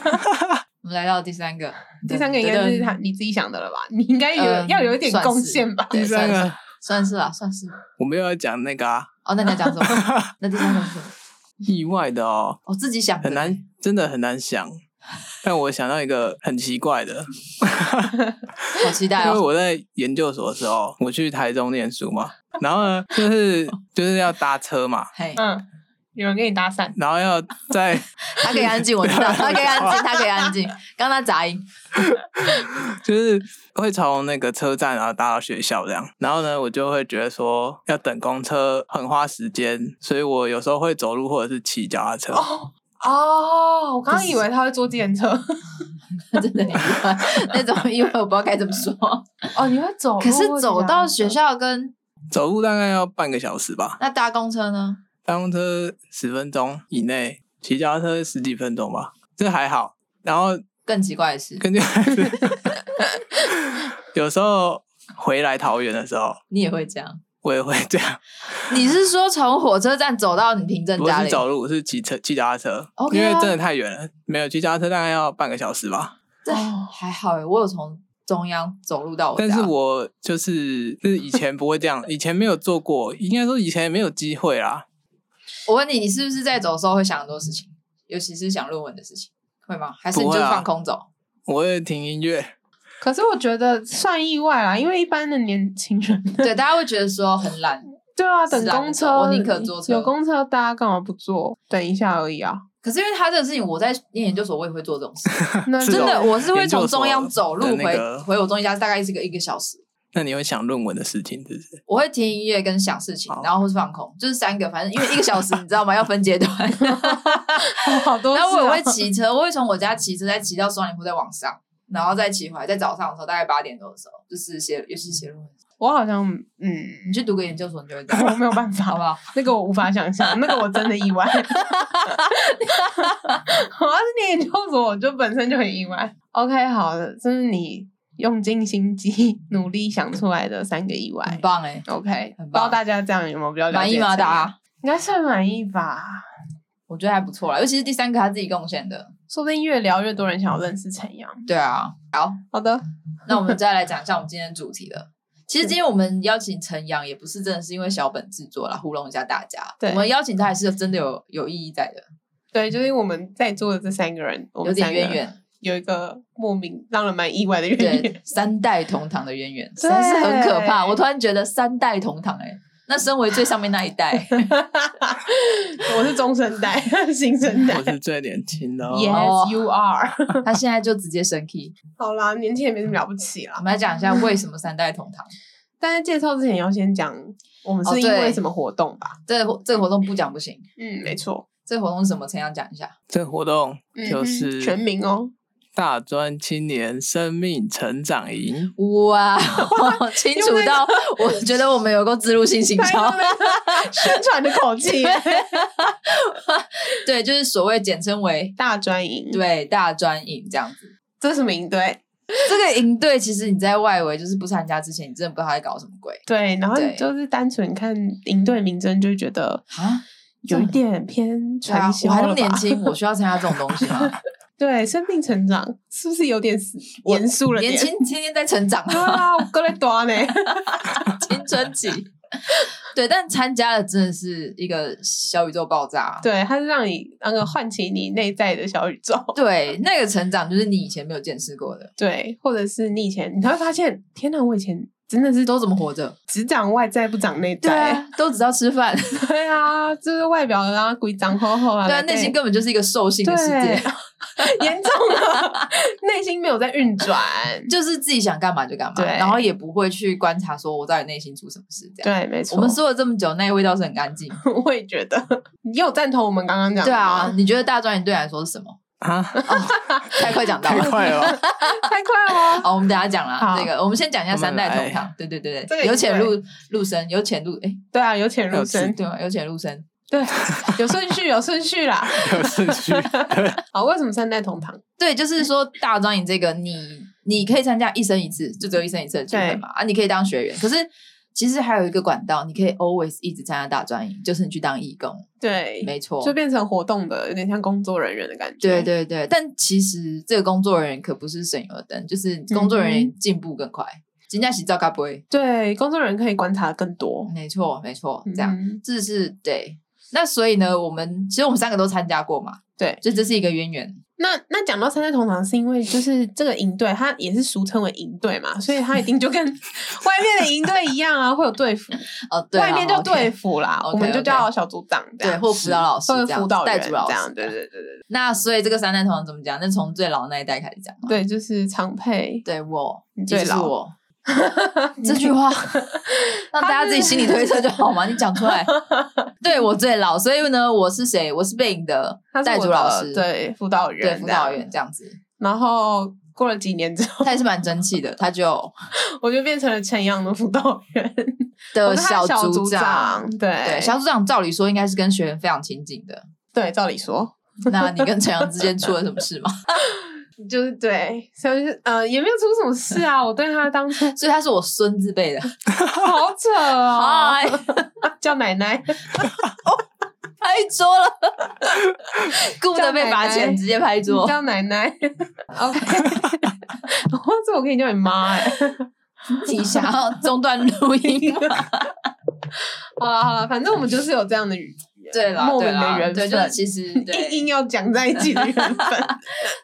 Speaker 1: 我们来到第三个，
Speaker 2: 第三个应该是他你自己想的了吧？你应该有、
Speaker 1: 嗯
Speaker 2: 要有一点贡献吧？
Speaker 1: 对，
Speaker 3: 第三
Speaker 1: 算是
Speaker 3: 个，
Speaker 1: 算是啦，算是。
Speaker 3: 我没有要讲那个啊，
Speaker 1: 哦，那你要讲什 么？那第三个是什么？
Speaker 2: 嗯
Speaker 3: 意外的哦，
Speaker 1: 我自己想的
Speaker 3: 很难，真的很难想。但我想到一个很奇怪的，
Speaker 1: 好期待
Speaker 3: 因为
Speaker 1: 哦。
Speaker 3: 我在研究所的时候，我去台中念书嘛，然后呢，就是 就是要搭车嘛，
Speaker 1: 嘿，
Speaker 2: 嗯，有人跟你搭讪，
Speaker 3: 然后要在
Speaker 1: 他可以安静，我知道，他可以安静，他可以安静。刚刚他杂音，
Speaker 3: 就是会从那个车站然后搭到学校这样，然后呢，我就会觉得说要等公车很花时间，所以我有时候会走路或者是骑脚踏车。
Speaker 2: 哦哦，我刚刚以为他会坐 电车。
Speaker 1: 真的很意外，那种意外我不知道该怎么说。
Speaker 2: 哦，你会走路，
Speaker 1: 可是走到
Speaker 2: 会骑脚
Speaker 1: 学
Speaker 2: 踏车，
Speaker 1: 校跟
Speaker 3: 走路大概要半个小时吧，
Speaker 1: 那搭公车呢？
Speaker 3: 搭公车十分钟以内，骑脚踏车十几分钟吧，这还好。然后
Speaker 1: 更奇怪的是，
Speaker 3: 根据 有时候回来桃园的时候，
Speaker 1: 你也会这样。
Speaker 3: 我也会这样。
Speaker 1: 你是说从火车站走到你平镇
Speaker 3: 不
Speaker 1: 家
Speaker 3: 是
Speaker 1: 里？
Speaker 3: 走路，是骑车骑脚踏车
Speaker 1: OK 啊
Speaker 3: 因为真的太远了，没有骑脚踏车大概要半个小时吧。
Speaker 1: 这
Speaker 2: 哦
Speaker 1: 还好诶，我有从中央走路到我家。
Speaker 3: 但是我就是就是以前不会这 样，以前没有做过，应该说以前没有机会啦。
Speaker 1: 我问你，你是不是在走的时候会想很多事情，尤其是想论文的事情，会吗？还是你
Speaker 3: 不
Speaker 1: 就
Speaker 3: 会啊
Speaker 1: 放空走？
Speaker 3: 我会听音乐，
Speaker 2: 可是我觉得算意外啦，因为一般的年轻人
Speaker 1: 对，大家会觉得说很懒，
Speaker 2: 对啊，
Speaker 1: 是
Speaker 2: 等
Speaker 1: 啊
Speaker 2: 公
Speaker 1: 那
Speaker 2: 车，
Speaker 1: 种我宁可坐车
Speaker 2: 有公车，大家干嘛不坐？等一下而 已啊。
Speaker 1: 可是因为他这个事情，我在念研究所，我也会做这种 事，
Speaker 2: 那
Speaker 3: 是
Speaker 1: 真的，
Speaker 3: 哦
Speaker 1: 我是会
Speaker 3: 研究
Speaker 1: 从
Speaker 3: 所
Speaker 1: 中央走路回、
Speaker 3: 的那个
Speaker 1: 回我中医家，大概是个一个小时。
Speaker 3: 那你会想论文的事情，是不是？
Speaker 1: 我会听音乐跟想事情
Speaker 3: 好，
Speaker 1: 然后或是放空，就是三个，反正因为一个小 时，你知道吗？要分阶段。
Speaker 2: 好多事
Speaker 1: 然
Speaker 2: 啊。
Speaker 1: 后我也会骑车，我会从我家骑车，再骑到双林湖，再往上，然后再骑回来。在早上的时候，大概八点多的时候，就是写，尤其是写论文。
Speaker 2: 我好像嗯，
Speaker 1: 你去读个研究所，你就会知
Speaker 2: 我
Speaker 1: 道，
Speaker 2: 没有办
Speaker 1: 好不
Speaker 2: 法，
Speaker 1: 好？
Speaker 2: 那个我无法想象，那个我真的意外。 我要是念研究所，我就本身就很意外。OK，好的，这是你用尽心机努力想出来的三个意
Speaker 1: 很
Speaker 2: 外。
Speaker 1: 棒哎、
Speaker 2: OK，不
Speaker 1: 很棒
Speaker 2: 知道大家这样有没有比较了解
Speaker 1: 满意吗？
Speaker 2: 这样
Speaker 1: 大家？
Speaker 2: 应该算满意吧。
Speaker 1: 我觉得还不错啦，尤其是第三个他自己贡献的。
Speaker 2: 说不定越聊越多人想要认识陈阳。
Speaker 1: 对啊，好，
Speaker 2: 好的，
Speaker 1: 那我们再来讲一下我们今天的主题了。其实今天我们邀请陈阳，也不是真的是因为小本制作啦，糊弄一下大家。
Speaker 2: 对
Speaker 1: 我们邀请他还是真的有有意义在的，
Speaker 2: 对，就是我们在座的这三个人，我
Speaker 1: 有
Speaker 2: 们
Speaker 1: 点
Speaker 2: 三个
Speaker 1: 渊
Speaker 2: 人
Speaker 1: 源，
Speaker 2: 有一个莫名让人蛮意外的渊源
Speaker 1: 对。，三代同堂的渊源，
Speaker 2: 对
Speaker 1: 真是很可怕。我突然觉得三代同堂、欸，哎，那身为最上面那一 代，
Speaker 2: 我是中生代， 新生代
Speaker 3: 我是最年轻的、哦。
Speaker 2: ，Yes you are。
Speaker 1: 他现在就直接生气。
Speaker 2: 好啦，年轻也没什么了不起
Speaker 1: 我
Speaker 2: 啦。
Speaker 1: 们来讲一下为什么三代同堂。
Speaker 2: 但是介绍之前要先讲，我们
Speaker 1: 哦
Speaker 2: 是因
Speaker 1: 对
Speaker 2: 为什么活动吧？
Speaker 1: 这个这个活动不讲不行，
Speaker 2: 嗯，没错，
Speaker 1: 这个活动是什么？陈阳讲一下。
Speaker 3: 这活动
Speaker 2: 嗯
Speaker 3: 就是
Speaker 2: 全民哦。
Speaker 3: 大专青年生命成长营，
Speaker 1: 哇，啊清楚到我觉得我们有够自入性行销。
Speaker 2: 啊宣传的口 气，
Speaker 1: 对，就是所谓简称为
Speaker 2: 大专营，，
Speaker 1: 对大专营这样子。
Speaker 2: 这是什么营队？
Speaker 1: 这个营队其实你在外围就是不参加之前，你真的不知道他在搞什么鬼
Speaker 2: 对，然后
Speaker 1: 对
Speaker 2: 你就是单纯看营队名称，就会觉得
Speaker 1: 啊！
Speaker 2: 有一点偏
Speaker 1: 对啊
Speaker 2: 传，销
Speaker 1: 我还那么
Speaker 2: 了吧
Speaker 1: 年轻，我需要参加这种东西 吗？
Speaker 2: 对，生命成长是不是有点死严肃了点？
Speaker 1: 年轻天天在成长
Speaker 2: 对啊，我过来多 呢。
Speaker 1: 青春期。 对，但参加了真的是一个小宇宙爆炸。啊
Speaker 2: 对，它是让你那个唤起你内在的小宇宙，
Speaker 1: 对，那个成长就是你以前没有见识过的。
Speaker 2: 对，或者是你以前你才会发现，天哪，我以前真的是
Speaker 1: 都
Speaker 2: 都
Speaker 1: 怎么活着？
Speaker 2: 只长外在不长内
Speaker 1: 对
Speaker 2: 在，
Speaker 1: 啊，都只知道吃饭，
Speaker 2: 对啊，就是外表啊，鬼长厚厚啊，
Speaker 1: 对啊，
Speaker 2: 内
Speaker 1: 内心根本就是一个兽性的世界，
Speaker 2: 对 严重了，内心没有在运转，
Speaker 1: 就是自己想干嘛就干嘛，
Speaker 2: 对
Speaker 1: 然后也不会去观察说我到底内心出什么事这样。
Speaker 2: 对，没错，
Speaker 1: 我们说了这么久，那个味道是很干净。
Speaker 2: 我也觉得，你有赞同我们刚刚讲的
Speaker 1: 对啊，
Speaker 2: 吗，
Speaker 1: 你觉得大专营对你来说是什 么？
Speaker 3: 啊，
Speaker 2: 哦
Speaker 3: 哦
Speaker 1: 太快讲到
Speaker 3: 太
Speaker 1: 了。
Speaker 3: 快了吧，
Speaker 2: 太快了哦，
Speaker 1: 好，我们等一下讲啦。
Speaker 2: 好
Speaker 1: 这个我们先讲一下三代
Speaker 3: 我们来
Speaker 1: 同堂。对对对
Speaker 2: 这个
Speaker 1: 对，
Speaker 2: 也
Speaker 1: 由浅
Speaker 2: 对
Speaker 1: 入入深，由浅入哎，
Speaker 2: 对啊，有潜入
Speaker 3: 有
Speaker 2: 深，
Speaker 1: 对吗？由浅入深。
Speaker 2: 对，有顺序，有顺序啦。
Speaker 3: 有 顺序。
Speaker 2: 好，为什么三代同堂？
Speaker 1: 对，就是说大专营这个，你你可以参加一生一次，就只有一生一次的机会
Speaker 2: 对
Speaker 1: 嘛啊，你可以当学员。可是其实还有一个管道，你可以 always 一直参加大专营，就是你去当义工，
Speaker 2: 对，
Speaker 1: 没错。
Speaker 2: 就变成活动的，有点像工作人员的感觉。
Speaker 1: 对对对，但其实这个工作人员可不是省油的灯，就是工作人
Speaker 2: 嗯
Speaker 1: 员进步更快，人家洗澡咖不会。
Speaker 2: 对，工作人员可以观察更多，
Speaker 1: 没错，没错，这样、
Speaker 2: 嗯
Speaker 1: 这是对。那所以呢，我们其实我们三个都参加过嘛，
Speaker 2: 对。
Speaker 1: 所以这是一个渊源。
Speaker 2: 那那讲到三代同堂，是因为就是这个营队，它也是俗称为营队嘛，所以它一定就跟 外面的营队一样啊，会有队服，
Speaker 1: 哦， 对啊，
Speaker 2: 外面叫
Speaker 1: OK
Speaker 2: 队服啦
Speaker 1: OK，
Speaker 2: 我们就
Speaker 1: OK
Speaker 2: 叫小组长这
Speaker 1: 对，
Speaker 2: 样，
Speaker 1: 或辅导老师
Speaker 2: 或
Speaker 1: 这
Speaker 2: 者
Speaker 1: 样，
Speaker 2: 啊辅导
Speaker 1: 带
Speaker 2: 员
Speaker 1: 主
Speaker 2: 这
Speaker 1: 老师
Speaker 2: 样，对对对对
Speaker 1: 那所以这个三代同堂怎么讲？那从最老那一代开始讲嘛。
Speaker 2: 对，就是常配
Speaker 1: 对我
Speaker 2: 你
Speaker 1: 就
Speaker 2: 最
Speaker 1: 是
Speaker 2: 老
Speaker 1: 我这句话，让大家自己心里推测就好嘛。你讲出 来，对我最老，所以呢，我是谁？我是贝影的
Speaker 2: 他是
Speaker 1: 带
Speaker 2: 我
Speaker 1: 主老
Speaker 2: 的
Speaker 1: 师，
Speaker 2: 对辅导员，
Speaker 1: 对辅导员。这样子，
Speaker 2: 然后过了几年之后，
Speaker 1: 他也是蛮争气的，他就
Speaker 2: 我就变成了陈阳的辅导员，我
Speaker 1: 的
Speaker 2: 是他的小
Speaker 1: 组
Speaker 2: 长。。对
Speaker 1: 对，小组长照理说应该是跟学员非常亲近 的。
Speaker 2: 对，照理说
Speaker 1: 那你跟陈阳之间出了什么事吗？ 嗯
Speaker 2: 就是对，所以就是呃也没有出什么事啊。我对他当初
Speaker 1: 所以他是我孙子辈的。
Speaker 2: 好扯哦，
Speaker 1: 嗨，
Speaker 2: 叫奶奶，
Speaker 1: 拍桌 了，顾不得被罚
Speaker 2: 叫奶
Speaker 1: 钱，
Speaker 2: 奶
Speaker 1: 直接拍桌。
Speaker 2: 叫奶 奶。OK，我这我可以叫你妈哎、
Speaker 1: 你想要中断录 音吗？
Speaker 2: 好了好了，反正我们就是有这样的语
Speaker 1: 对啦，
Speaker 2: 莫
Speaker 1: 对
Speaker 2: 名的
Speaker 1: 啦，
Speaker 2: 缘
Speaker 1: 对，
Speaker 2: 分，
Speaker 1: 就是其实
Speaker 2: 硬
Speaker 1: 对，
Speaker 2: 硬要讲在一起的缘分。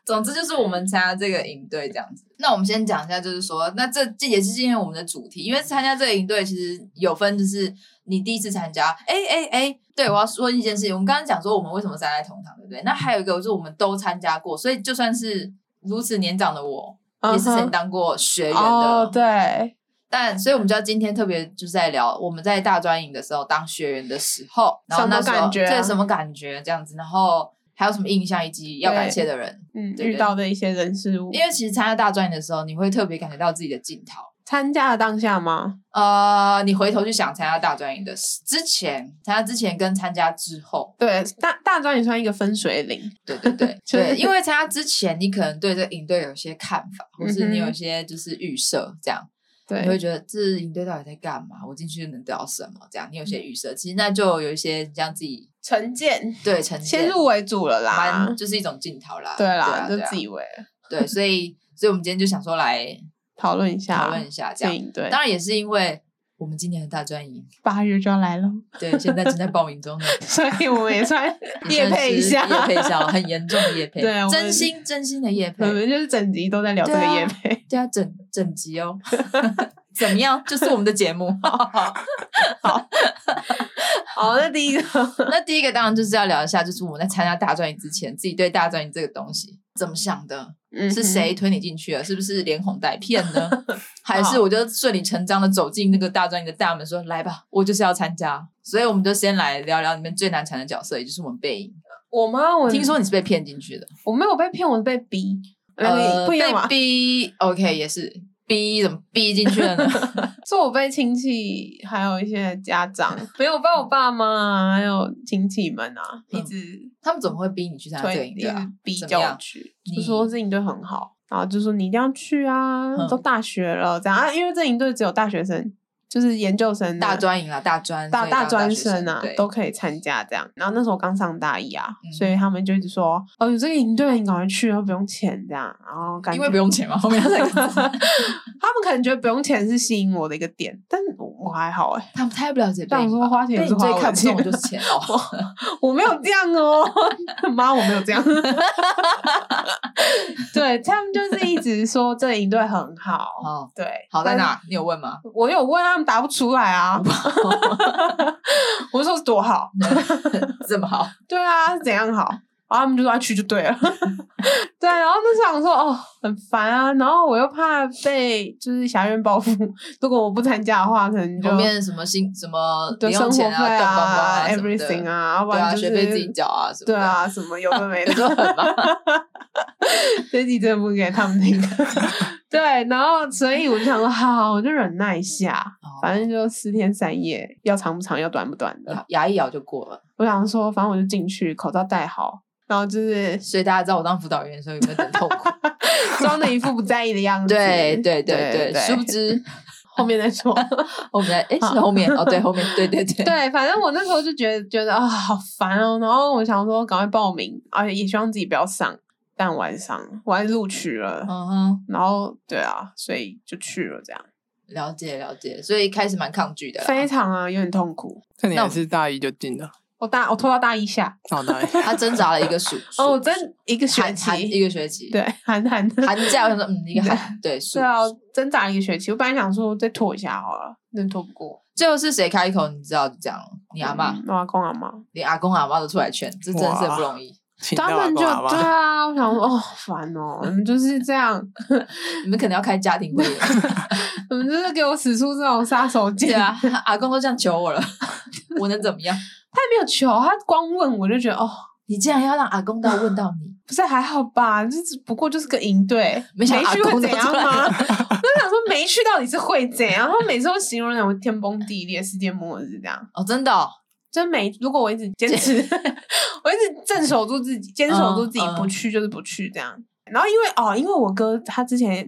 Speaker 1: 总之就是我们参加这个营队这样子。那我们先讲一下，就是说，那这这也是今天我们的主题，因为参加这个营队其实有分，就是你第一次参加，哎哎哎，对我要说一件事情，我们刚刚讲说我们为什么三代同堂，对不对？那还有一个就是我们都参加过，所以就算是如此年长的我， 也是曾
Speaker 2: 嗯哼
Speaker 1: 当过学员的。
Speaker 2: 哦，对，
Speaker 1: 但所以我们就要今天特别就是在聊我们在大专营的时候当学员的时候，然后
Speaker 2: 什么
Speaker 1: 那时候
Speaker 2: 感觉啊
Speaker 1: 对什么感觉这样子，然后还有什么印象以及要感谢的人。
Speaker 2: 嗯，
Speaker 1: 对对
Speaker 2: 遇到的一些人事物
Speaker 1: 因，为其实参加大专营的时候，你会特别感觉到自己的劲头。
Speaker 2: 参加的当下吗？
Speaker 1: 呃，你回头去想参加大专营的时之前，参加之前跟参加之后，
Speaker 2: 对，大大专也算一个分水岭，
Speaker 1: 对对 对
Speaker 2: 就是
Speaker 1: 对，因为参加之前，你可能对这个营队有些看法，或是你有一些就是预设这样。你会
Speaker 2: 嗯对，
Speaker 1: 觉得这营队到底在干嘛？我进去能得到什么？这样你有些预设，其实那就有一些让自己
Speaker 2: 成见
Speaker 1: 对成见
Speaker 2: 先入为主了啦
Speaker 1: 蛮，就是一种镜头啦。
Speaker 2: 对
Speaker 1: 对
Speaker 2: 啦，
Speaker 1: 啊
Speaker 2: 就
Speaker 1: 对啊
Speaker 2: 自以为，
Speaker 1: 对，所以所以我们今天就想说来
Speaker 2: 讨论一下，
Speaker 1: 讨论一下这
Speaker 2: 这
Speaker 1: 样。
Speaker 2: 一对，
Speaker 1: 当然也是因为我们今年的大专营，
Speaker 2: 八月就要来了，
Speaker 1: 对，现在正在报名中 呢。
Speaker 2: 所以我们也算夜配一下，
Speaker 1: 夜配一下，很严重的夜配，
Speaker 2: 对我们嗯
Speaker 1: 真心真心的夜
Speaker 2: 我
Speaker 1: 配，
Speaker 2: 们就是整集都在聊这个
Speaker 1: 对啊
Speaker 2: 夜配，
Speaker 1: 对啊，整整集哦， 怎么样？就是我们的节 目。
Speaker 2: 好，那第一个
Speaker 1: 那第一个当然就是要聊一下，就是我们在参加大专营之前，自己对大专营这个东西怎么想的？
Speaker 2: 嗯
Speaker 1: 是谁？推你进去的？是不是连哄带骗呢？ 还是我就顺理成章的走进那个大专营的大门，说来吧，我就是要参加。所以我们就先来聊聊里面最难缠的角色，也就是我们背影。
Speaker 2: 我吗？我
Speaker 1: 听说你是被骗进去的，
Speaker 2: 我没有被骗，我是被逼，
Speaker 1: 呃，
Speaker 2: 不一样
Speaker 1: 被
Speaker 2: 嘛。
Speaker 1: 逼，OK，也是逼，怎么逼进去 的呢？
Speaker 2: 是我被亲戚还有一些家长，没有被我爸妈啊还有亲戚们啊，
Speaker 1: 嗯
Speaker 2: 一直
Speaker 1: 他们怎么会逼你去参加这个
Speaker 2: 推，
Speaker 1: 营
Speaker 2: 一
Speaker 1: 队啊
Speaker 2: 直？逼
Speaker 1: 怎么
Speaker 2: 叫我
Speaker 1: 样
Speaker 2: 去，
Speaker 1: 你
Speaker 2: 就说这营队很好，然后就说你一定要去啊，
Speaker 1: 嗯
Speaker 2: 都大学了这样啊，因为这营队只有大学生，就是研究生啊、
Speaker 1: 大专营啊，大专
Speaker 2: 大
Speaker 1: 所以大
Speaker 2: 专
Speaker 1: 学生
Speaker 2: 生啊
Speaker 1: 对
Speaker 2: 都可以参加这样。然后那时候我刚上大一啊，
Speaker 1: 嗯
Speaker 2: 所以他们就一直说哦有这个营队，你赶快去，又不用钱这样，然后感
Speaker 1: 因
Speaker 2: 觉
Speaker 1: 为不用钱嘛，后面那个
Speaker 2: 他们可能觉得不用钱是吸引我的一个点，但我我还好哎、
Speaker 1: 他们太不了解背
Speaker 2: 但我
Speaker 1: 影
Speaker 2: 说
Speaker 1: 吧。
Speaker 2: 花钱
Speaker 1: 背
Speaker 2: 也是
Speaker 1: 影
Speaker 2: 花
Speaker 1: 最
Speaker 2: 我
Speaker 1: 看不懂
Speaker 2: 的钱
Speaker 1: 的，就是钱哦。
Speaker 2: 我没有这样哦， 妈，我没有这样。 对他们就是一直说这营队很好，
Speaker 1: 哦，
Speaker 2: 对，
Speaker 1: 好在
Speaker 2: 但是？
Speaker 1: 哪？你有问 吗？
Speaker 2: 我有问他们答不出来啊， 我说多好，
Speaker 1: 这么好，
Speaker 2: 对 啊，怎样好？然后他们就说要去就对了， 对。啊然后那时候想说哦，很烦啊，然后我又怕被就是狭怨报复，如果我不参加的话，可能就
Speaker 1: 后面什么新什么
Speaker 2: 对
Speaker 1: 零
Speaker 2: 生
Speaker 1: 用
Speaker 2: 活
Speaker 1: 钱
Speaker 2: 费
Speaker 1: 啊、断光光啊什么的
Speaker 2: ，everything，啊，要不
Speaker 1: 对啊，
Speaker 2: 然就
Speaker 1: 学
Speaker 2: 是
Speaker 1: 费自己缴啊什么的。
Speaker 2: 对，啊，什么有的没的
Speaker 1: 有时候很忙。
Speaker 2: 这集真的不给他 们听。对，然后所以我就想说，好，我就忍耐一下，
Speaker 1: 哦
Speaker 2: 反正就四天三夜，要长不长，要短不短的。
Speaker 1: 牙牙一咬就过了。
Speaker 2: 我想说，反正我就进去，口罩戴好，然后就是
Speaker 1: 所以大家知道我当辅导员的时候有没有很痛苦？
Speaker 2: 装的一副不在意的样子。
Speaker 1: 对对
Speaker 2: 对
Speaker 1: 对对，殊不知
Speaker 2: 后面再说。
Speaker 1: 后面哎是后面 哦，对后面对对对，
Speaker 2: 对，反正我那时候就觉得觉得啊，好烦哦。然后我想说，赶快报名，而且也希望自己不要上，但我还是上了，我还是录取了。
Speaker 1: 嗯哼，
Speaker 2: 然后对啊，所以就去了，这样
Speaker 1: 了解了解，所以一开始蛮抗拒的啦，
Speaker 2: 非常啊，有点痛苦。
Speaker 3: 那你
Speaker 1: 那
Speaker 3: 还
Speaker 1: 我
Speaker 3: 是大一就进了，
Speaker 2: 我大我拖到大一下，
Speaker 3: 哦，大 一
Speaker 1: 他挣扎了一个暑
Speaker 2: 哦，我
Speaker 1: 暑
Speaker 2: 真一个学
Speaker 1: 寒寒一
Speaker 2: 期，
Speaker 1: 个学期，
Speaker 2: 对， 寒寒的，
Speaker 1: 寒假我想说嗯一个寒对暑
Speaker 2: 对，啊，我挣扎了一个学期。我本来想说再拖一下好了，但拖不过。
Speaker 1: 最后是谁开口你知道就这样了，你阿妈。
Speaker 2: 嗯，我阿公阿妈，
Speaker 1: 连阿公阿妈都出来劝，这真的是很不容易。
Speaker 3: 请到
Speaker 2: 他们就
Speaker 3: 爸
Speaker 2: 对
Speaker 3: 爸。
Speaker 2: 啊，我想说哦，烦哦，你们就是这 样，
Speaker 1: 你们可能要开家 庭会议了，
Speaker 2: 你们就是给我使出这种杀手
Speaker 1: 对
Speaker 2: 锏。
Speaker 1: 啊，阿公都这样求我了， 我能怎么样？
Speaker 2: 他也没有求，他光问我就觉得哦，
Speaker 1: 你竟然要让阿公到问到你，
Speaker 2: 不是还好吧？就是不过就是个营队，
Speaker 1: 没想到
Speaker 2: 去
Speaker 1: 阿
Speaker 2: 会
Speaker 1: 公
Speaker 2: 怎
Speaker 1: 都
Speaker 2: 样
Speaker 1: 出来
Speaker 2: 吗？
Speaker 1: 了
Speaker 2: 我就想说没去到底是会怎样？他每次都形容那种天崩地裂、世界末日这样。
Speaker 1: 哦，真的、哦，
Speaker 2: 真没，如果我一直坚持， 我一直镇守住自己，坚守住自己
Speaker 1: 嗯嗯
Speaker 2: 不去就是不去这样。然后因为哦，因为我哥他之前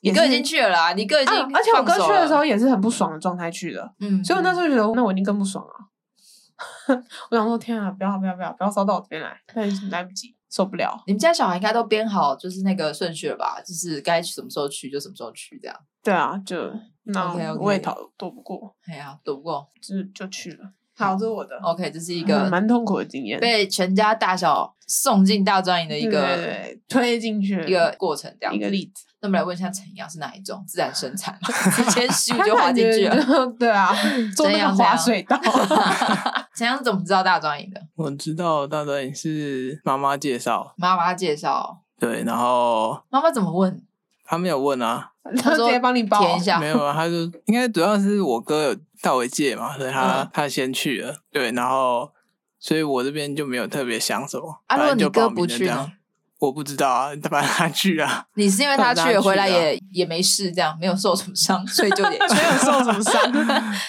Speaker 1: 你
Speaker 2: 也
Speaker 1: 哥
Speaker 2: 是
Speaker 1: 已经去了啦，你哥已经、
Speaker 2: 啊，而且我哥去的时，候也是很不爽的状态去的，
Speaker 1: 嗯，
Speaker 2: 所以我那时候觉得那我一定更不爽啊。 我想说天啊，不要不要不要不要烧到我这边来，但是来不及，受不了。
Speaker 1: 你们家小孩应该都编好就是那个顺序了吧？就是该什么时候去就什么时候去这样。
Speaker 2: 对啊，就那
Speaker 1: OK，OK
Speaker 2: 我也逃躲不过，
Speaker 1: 哎呀、躲不过。
Speaker 2: 就就去了。好，这是我的
Speaker 1: OK，这是哦一
Speaker 2: 一
Speaker 1: 个
Speaker 2: 蛮痛苦的经验，
Speaker 1: 被全家大小送进大专营的一
Speaker 2: 对对
Speaker 1: 个
Speaker 2: 对推进去
Speaker 1: 一个过程，这样
Speaker 2: 一。个例子，
Speaker 1: 那我们来问一下陈阳是哪一种？自然生产吗，直接咻
Speaker 2: 他
Speaker 1: 就滑
Speaker 2: 感
Speaker 1: 进
Speaker 2: 觉
Speaker 1: 去了。
Speaker 2: 就 对啊，坐
Speaker 1: 怎
Speaker 2: 那个
Speaker 1: 样
Speaker 2: 滑
Speaker 1: 怎
Speaker 2: 水道，
Speaker 1: 陈阳怎么知道大专营的？
Speaker 3: 我知道大专是妈妈介绍，
Speaker 1: 妈妈介绍，
Speaker 3: 对，然后
Speaker 1: 妈妈怎么问？
Speaker 3: 他没有问啊，
Speaker 2: 他直
Speaker 1: 说
Speaker 2: 接帮你报
Speaker 1: 填一下
Speaker 3: 没，有啊，他就应该主要是我哥有代为借嘛，所以他、
Speaker 1: 嗯
Speaker 3: 他先去了，对，然后所以我这边就没有特别想什么，
Speaker 1: 啊如果
Speaker 3: 反正就
Speaker 1: 你哥
Speaker 3: 报名
Speaker 1: 不
Speaker 3: 了
Speaker 1: 去
Speaker 3: 这样
Speaker 1: 呢？
Speaker 3: 我不知道啊， 反正他去啊，
Speaker 1: 你是因为他去
Speaker 3: 让他
Speaker 1: 了
Speaker 3: 去
Speaker 1: 回来
Speaker 3: 啊
Speaker 1: 也也没事，这样没有受什么伤，所以就也
Speaker 2: 没有受什么伤，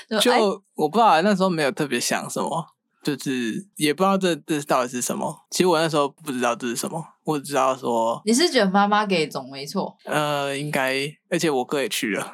Speaker 1: 就
Speaker 3: 就、
Speaker 1: 哎
Speaker 3: 我不知道、啊，那时候没有特别想什么，就是也不知道这这到底是什么。其实我那时候不知道这是什么，我只知道说
Speaker 1: 你是觉得妈妈给总没错，
Speaker 3: 呃，应该，而且我哥也去了，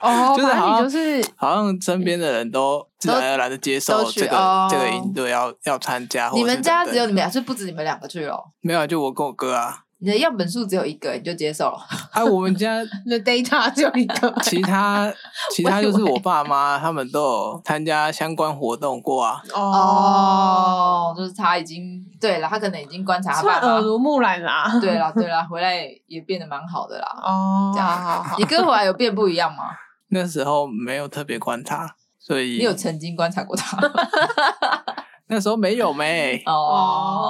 Speaker 2: 哦，
Speaker 3: 就是
Speaker 2: 反正
Speaker 3: 好
Speaker 2: 你
Speaker 3: 像
Speaker 2: 就是
Speaker 3: 好像身边的人都自然而然的接受
Speaker 1: 都去
Speaker 3: 这个、
Speaker 1: 哦
Speaker 3: 这个营队要要参加或
Speaker 1: 你
Speaker 3: 者是等等。
Speaker 1: 们家只有你们俩，就不止你们两个去了哦。
Speaker 3: 没有啊，就我跟我哥啊，
Speaker 1: 你的样本数只有一个，你就接受了。
Speaker 3: 哎、我们家
Speaker 2: 那 data 就 一个
Speaker 3: 其他其他就是我爸妈他们都有参加相关活动过啊。
Speaker 1: 哦，就是他已经对了，他可能已经观察他
Speaker 2: 算
Speaker 1: 爸
Speaker 2: 耳
Speaker 1: 爸。
Speaker 2: 濡目染啦。
Speaker 1: 对啦对啦，回来也变得蛮好的 啦。
Speaker 2: 哦，
Speaker 1: 这样
Speaker 2: 好好好，
Speaker 1: 你跟回来有变不一样吗？
Speaker 3: 那时候没有特别观察，所以
Speaker 1: 你有曾经观察过 他
Speaker 3: 那时候没有没。
Speaker 1: 哦？
Speaker 2: 啊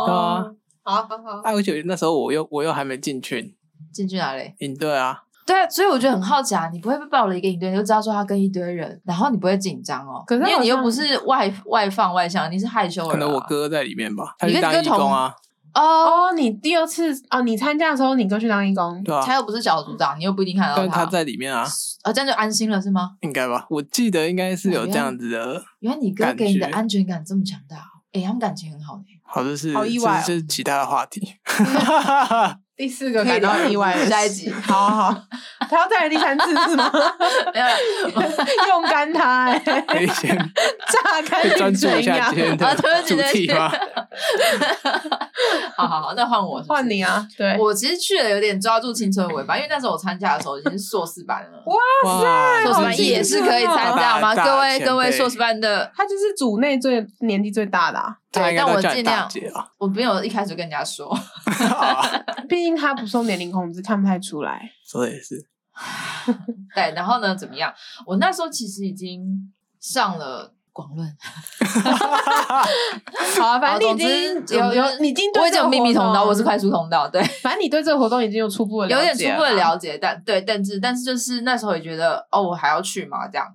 Speaker 3: 哦
Speaker 2: 好好好，
Speaker 3: 哎、我觉得那时候我又我又还没进去
Speaker 1: 进去哪里？
Speaker 3: 营队啊，
Speaker 1: 对啊，所以我觉得很好奇啊，你不会被报了一个营队，你就知道说他跟一堆人，然后你不会紧张哦，
Speaker 2: 可是
Speaker 1: 因为
Speaker 2: 好
Speaker 1: 你又
Speaker 2: 像
Speaker 1: 不是外外放外向，你是害羞人啊、
Speaker 3: 可能我哥在里面吧，他
Speaker 1: 你
Speaker 3: 去
Speaker 1: 跟
Speaker 3: 当
Speaker 1: 哥
Speaker 3: 义
Speaker 1: 同
Speaker 3: 工啊，
Speaker 1: 哦，
Speaker 2: 哦，你第二次哦，你参加的时候你哥去当义工，
Speaker 3: 对吧、
Speaker 1: 他
Speaker 3: 啊？
Speaker 1: 又不是小组长，你又不一定看得
Speaker 3: 但
Speaker 1: 到
Speaker 3: 是他在里面啊，
Speaker 1: 啊，这样就安心了是吗？
Speaker 3: 应该吧？我记得应该是有这样子的，
Speaker 1: 原来你哥
Speaker 3: 感
Speaker 1: 给你的
Speaker 3: 觉
Speaker 1: 安全感这么强大，哎、他们感情很好哎、
Speaker 3: 好像是
Speaker 2: 好意外哦
Speaker 3: 这是其他的话 题。
Speaker 2: 第四个感到意外的事
Speaker 1: 下一集
Speaker 2: 好好，好他要再来第三次是 吗？
Speaker 1: 没有啦，
Speaker 2: 用干他、欸，
Speaker 3: 可以 先
Speaker 2: 榨
Speaker 1: 哎
Speaker 2: 干
Speaker 3: 专
Speaker 2: 你
Speaker 3: 注一
Speaker 2: 怎
Speaker 3: 下
Speaker 2: 样
Speaker 3: 今？天
Speaker 1: 啊
Speaker 3: 的
Speaker 1: 对不起
Speaker 3: 主题吧。
Speaker 1: 好好好，那换我是不是
Speaker 2: 换。你啊，对，
Speaker 1: 我其实去了有点抓住青春尾巴，因为那时候我参加的时候已经是硕士班了，
Speaker 3: 哇
Speaker 1: 硕士
Speaker 2: 好
Speaker 1: 班也是可以
Speaker 2: 精神
Speaker 1: 参
Speaker 2: 哦
Speaker 1: 加吗？
Speaker 3: 大
Speaker 1: 各位
Speaker 3: 大
Speaker 1: 各位
Speaker 3: 前辈
Speaker 1: 硕士班的，
Speaker 2: 他就是组内最年纪最大的、啊，
Speaker 3: 他应该
Speaker 1: 但
Speaker 3: 都
Speaker 1: 我
Speaker 3: 叫你
Speaker 1: 尽
Speaker 3: 大
Speaker 1: 量
Speaker 3: 姐啊。
Speaker 1: 我没有一开始跟人家说，
Speaker 3: 啊
Speaker 2: 毕竟他不受年龄控制，看不太出来。
Speaker 3: 说的也是，
Speaker 1: 对，然后呢怎么样？我那时候其实已经上了广论，
Speaker 2: 好、啊，反
Speaker 1: 好
Speaker 2: 正
Speaker 1: 总
Speaker 2: 你
Speaker 1: 之
Speaker 2: 已
Speaker 1: 总之
Speaker 2: 经有有，你已经对
Speaker 1: 我已经
Speaker 2: 这
Speaker 1: 有
Speaker 2: 个
Speaker 1: 秘密
Speaker 2: 活
Speaker 1: 通道，
Speaker 2: 动
Speaker 1: 我是快速通道，对，
Speaker 2: 反正你对这个活动已经有初步的
Speaker 1: 有
Speaker 2: 了啊
Speaker 1: 点初
Speaker 2: 解
Speaker 1: 步的
Speaker 2: 了
Speaker 1: 了解，但对，但是但是就是那时候也觉得哦，我还要去嘛，这样。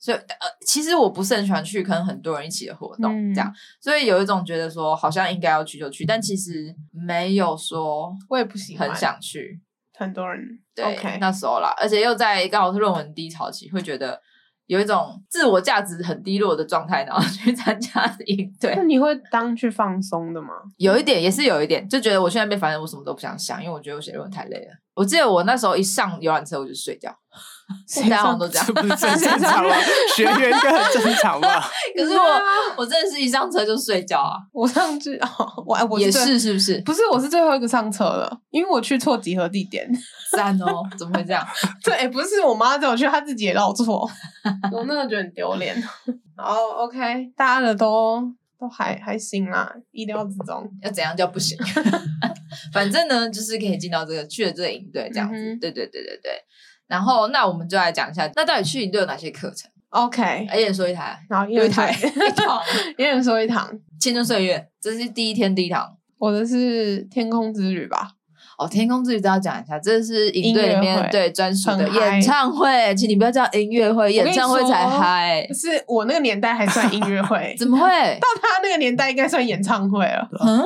Speaker 1: 所以呃，其实我不是很喜欢去跟很多人一起的活动，
Speaker 2: 嗯
Speaker 1: 这样，所以有一种觉得说好像应该要去就去，但其实没有说
Speaker 2: 我也不喜欢，
Speaker 1: 很想去。
Speaker 2: 很多人
Speaker 1: 对
Speaker 2: OK，
Speaker 1: 那时候啦，而且又在刚好是论文低潮期，会觉得有一种自我价值很低落的状态，然后 去参加营
Speaker 2: 那
Speaker 1: 队，
Speaker 2: 你会当去放松的吗？
Speaker 1: 有一点也是有一点，就觉得我去那边反正我什么都不想想，因为我觉得我写论文太累了。我记得我那时候一上游览车我就睡觉，大家好像都这样
Speaker 3: 这， 不是正 正常吗？学员应该很正常吧？
Speaker 1: 可是我我真的是一上车就睡觉啊，
Speaker 2: 我上去哦，我我
Speaker 1: 也
Speaker 2: 最
Speaker 1: 是是不是？
Speaker 2: 不是我是最后一个上车的，因为我去错集合地点。
Speaker 1: 赞哦，怎么会这样？
Speaker 2: 对，欸不是我妈带我去，她自己也 绕错，我那个觉得很丢脸。然后 OK，大家的都都还还行啦，意料之中。
Speaker 1: 要怎样叫不行？ 反正呢，就是可以进到这个去了这个营队这样子。
Speaker 2: 嗯哼
Speaker 1: 对对对对对。然后，那我们就来讲一下，那到底去营队有哪些课程？
Speaker 2: OK，
Speaker 1: 一人说一台，
Speaker 2: 然后一
Speaker 1: 有 一
Speaker 2: 人
Speaker 1: 台，
Speaker 2: 台，
Speaker 1: 一堂
Speaker 2: 一 人说一堂。
Speaker 1: 青春岁月，这是第一天第一堂。
Speaker 2: 我的是天空之旅吧，
Speaker 1: 哦，天空之旅都要讲一下，这是营队里
Speaker 2: 音乐
Speaker 1: 面
Speaker 2: 会
Speaker 1: 对专属的
Speaker 2: 很嗨
Speaker 1: 演唱会，请你不要叫音乐会，演唱会才嗨，，
Speaker 2: 是我那个年代还算音乐会
Speaker 1: 怎么会？
Speaker 2: 到他那个年代应该算演唱会了。
Speaker 3: 啊
Speaker 1: 嗯，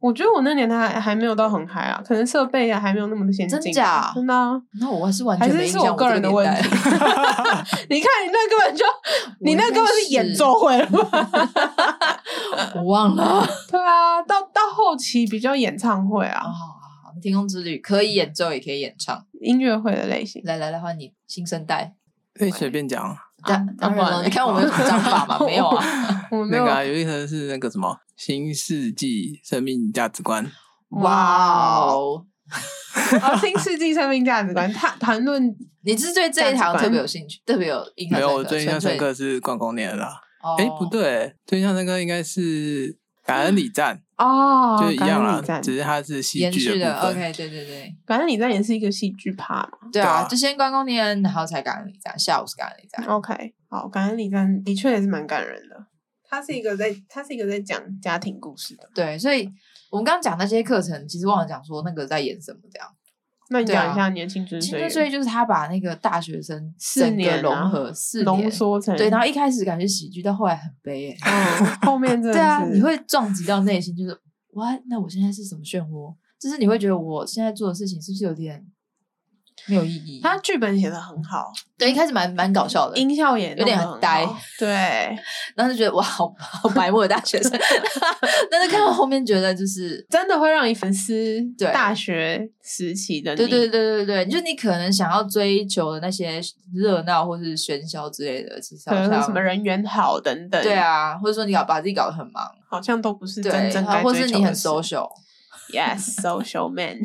Speaker 2: 我觉得我那年代还还没有到很嗨啊，可能设备啊还没有那么的先进。
Speaker 1: 真假
Speaker 2: 真的啊、
Speaker 1: 那我是完
Speaker 2: 还
Speaker 1: 全没
Speaker 2: 是
Speaker 1: 印
Speaker 2: 是
Speaker 1: 象，
Speaker 2: 我个人的问题
Speaker 1: 我这个年代。
Speaker 2: 你看你那根本就，你那根本是演奏，会了吧？
Speaker 1: 我忘了。
Speaker 2: 对啊，到到后期比较演唱会
Speaker 1: 好
Speaker 2: 啊，
Speaker 1: 好好，天空之旅可以演奏，也可以演唱。
Speaker 2: 音乐会的类型。
Speaker 1: 来来来，换你新生代。
Speaker 3: 可以随便讲啊。
Speaker 1: 当当然了，
Speaker 2: 嘞
Speaker 1: 你看我们有什么 章法吗？没有啊，
Speaker 2: 我没
Speaker 3: 那
Speaker 2: 有
Speaker 3: 个、啊、有一层是那个什么新世纪生命价值观，
Speaker 1: 哇
Speaker 2: 哇
Speaker 1: 哦！
Speaker 2: 哦，新世纪生命价值观，他谈论
Speaker 1: 你是对这一
Speaker 2: 价值
Speaker 1: 堂
Speaker 2: 观
Speaker 1: 特别有兴趣，特别有印象
Speaker 3: 没
Speaker 1: 深刻。
Speaker 3: 有我最印象深
Speaker 1: 纯粹。
Speaker 3: 刻是逛公年的啦。
Speaker 1: 哦
Speaker 3: 哎、不，对，最印象深刻应该是感恩礼赞，
Speaker 2: 哦，
Speaker 3: 就是一样
Speaker 2: 感恩
Speaker 3: 啦
Speaker 2: 礼，赞，
Speaker 3: 只是它是戏
Speaker 1: 延续
Speaker 3: 剧
Speaker 1: 的
Speaker 3: 部分。
Speaker 1: OK，对对对，
Speaker 2: 感恩礼赞也是一个戏剧趴嘛。
Speaker 1: 对
Speaker 3: 对
Speaker 1: 啊，
Speaker 3: 啊
Speaker 1: 就先关公年，然后才感恩礼赞，下午是感恩礼赞。
Speaker 2: OK，好，感恩礼赞的确也是蛮感人的。他是一个在，
Speaker 1: 嗯
Speaker 2: 他是一个在讲家庭故事的。
Speaker 1: 对，所以我们刚刚讲那些课程，其实忘了讲说那个在演什么这样。
Speaker 2: 那你
Speaker 1: 对啊
Speaker 2: 讲一下你的青春
Speaker 1: 青
Speaker 2: 岁
Speaker 1: 春
Speaker 2: 月，
Speaker 1: 岁月就是他把那个大学生
Speaker 2: 四
Speaker 1: 整个
Speaker 2: 年啊
Speaker 1: 融合四
Speaker 2: 浓
Speaker 1: 年，
Speaker 2: 缩成
Speaker 1: 对，然后一开始感觉喜剧，到后来很悲哎。
Speaker 2: 嗯，后面 真的
Speaker 1: 对啊，
Speaker 2: 是
Speaker 1: 你会撞击到内心，就是哇，那我现在是什么漩涡？就是你会觉得我现在做的事情是不是有点没有意义？
Speaker 2: 他剧本写的很好，
Speaker 1: 对一开始蛮蛮搞笑的，
Speaker 2: 音效也弄得
Speaker 1: 有点
Speaker 2: 很好
Speaker 1: 呆，
Speaker 2: 对，
Speaker 1: 然后就觉得哇，好 好白目的大 学生。但是看到后面觉得就是。
Speaker 2: 真的会让你粉丝
Speaker 1: 对
Speaker 2: 大学时期的你
Speaker 1: 对对对对对，就你可能想要追求的那些热闹或是喧嚣之类的，其实
Speaker 2: 可
Speaker 1: 好
Speaker 2: 能
Speaker 1: 像啊
Speaker 2: 什么人缘好等等，
Speaker 1: 对，啊，或者说你搞把自己搞得很忙，
Speaker 2: 好像都不是
Speaker 1: 对
Speaker 2: 真正，该
Speaker 1: 或
Speaker 2: 追
Speaker 1: 是
Speaker 2: 求
Speaker 1: 你
Speaker 2: 的
Speaker 1: 很
Speaker 2: 事
Speaker 1: social，
Speaker 2: Yes，social man。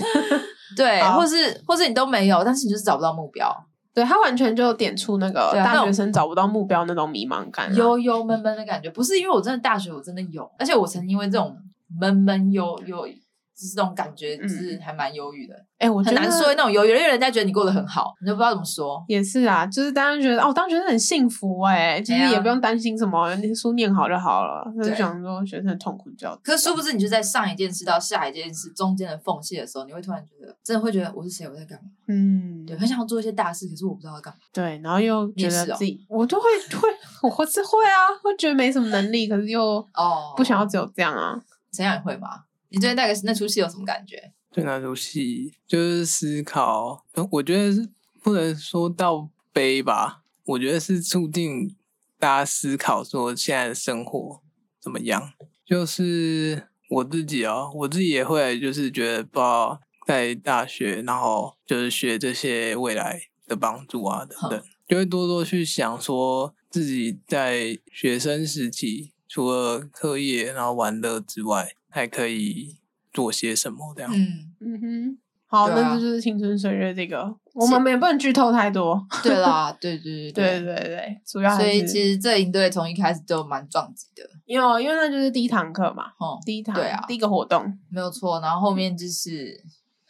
Speaker 1: 对，
Speaker 2: 好
Speaker 1: 或是或是你都没有，但是你就是找不到目标，
Speaker 2: 对他完全就点出那个
Speaker 1: 对啊
Speaker 2: 大
Speaker 1: 那
Speaker 2: 学
Speaker 1: 种
Speaker 2: 生找不到目标那种迷茫感啊、
Speaker 1: 悠悠闷闷的感觉。不是因为我真的大学我真的有，而且我曾经因为这种闷闷悠悠，就是这种感觉，就是还蛮忧郁的，
Speaker 2: 哎、嗯我觉
Speaker 1: 很
Speaker 2: 得
Speaker 1: 难说那种忧郁，因为人家觉得你过得很好，你都不知道怎么说。
Speaker 2: 也是啊，就是当时觉得哦，当时觉得很幸福哎、其
Speaker 1: 对
Speaker 2: 实
Speaker 1: 啊
Speaker 2: 也不用担心什么，你书念好就好了。就是
Speaker 1: 对
Speaker 2: 想说学生的痛苦比较，
Speaker 1: 可是殊不知，你就在上一件事到下一件事中间的缝隙的时候，你会突然觉得，真的会觉得我是谁，我在干嘛？
Speaker 2: 嗯，
Speaker 1: 对，很想要做一些大事，可是我不知道要干嘛。
Speaker 2: 对，然后又觉
Speaker 1: 也
Speaker 2: 得
Speaker 1: 是哦
Speaker 2: 自己，我都会会，我会是会啊，会觉得没什么能力，可是又
Speaker 1: 哦，
Speaker 2: 不想要只有这样啊。
Speaker 1: 怎样也会吗？你对那个那出戏有什么感觉？
Speaker 3: 对那出戏就是思考，呃我觉得是不能说到悲吧，我觉得是促进大家思考说现在的生活怎么样。就是我自己哦，我自己也会就是觉得不知道在大学，然后就是学这些未来的帮助啊等等，就会多多去想说自己在学生时期除了课业然后玩乐之外，还可以做些什么这样。
Speaker 1: 嗯，
Speaker 2: 嗯哼，好，
Speaker 1: 对
Speaker 2: 那
Speaker 1: 啊
Speaker 2: 这就是青春岁月这个，我们也不能剧透太多。
Speaker 1: 对啦，对对
Speaker 2: 对对对，主要还
Speaker 1: 所
Speaker 2: 是
Speaker 1: 以其实这营队从一开始就蛮撞击的，
Speaker 2: 因为因为那就是第一堂课嘛，
Speaker 1: 哦，
Speaker 2: 第一堂
Speaker 1: 对啊
Speaker 2: 第一个活动，
Speaker 1: 没有错。然后后面就是，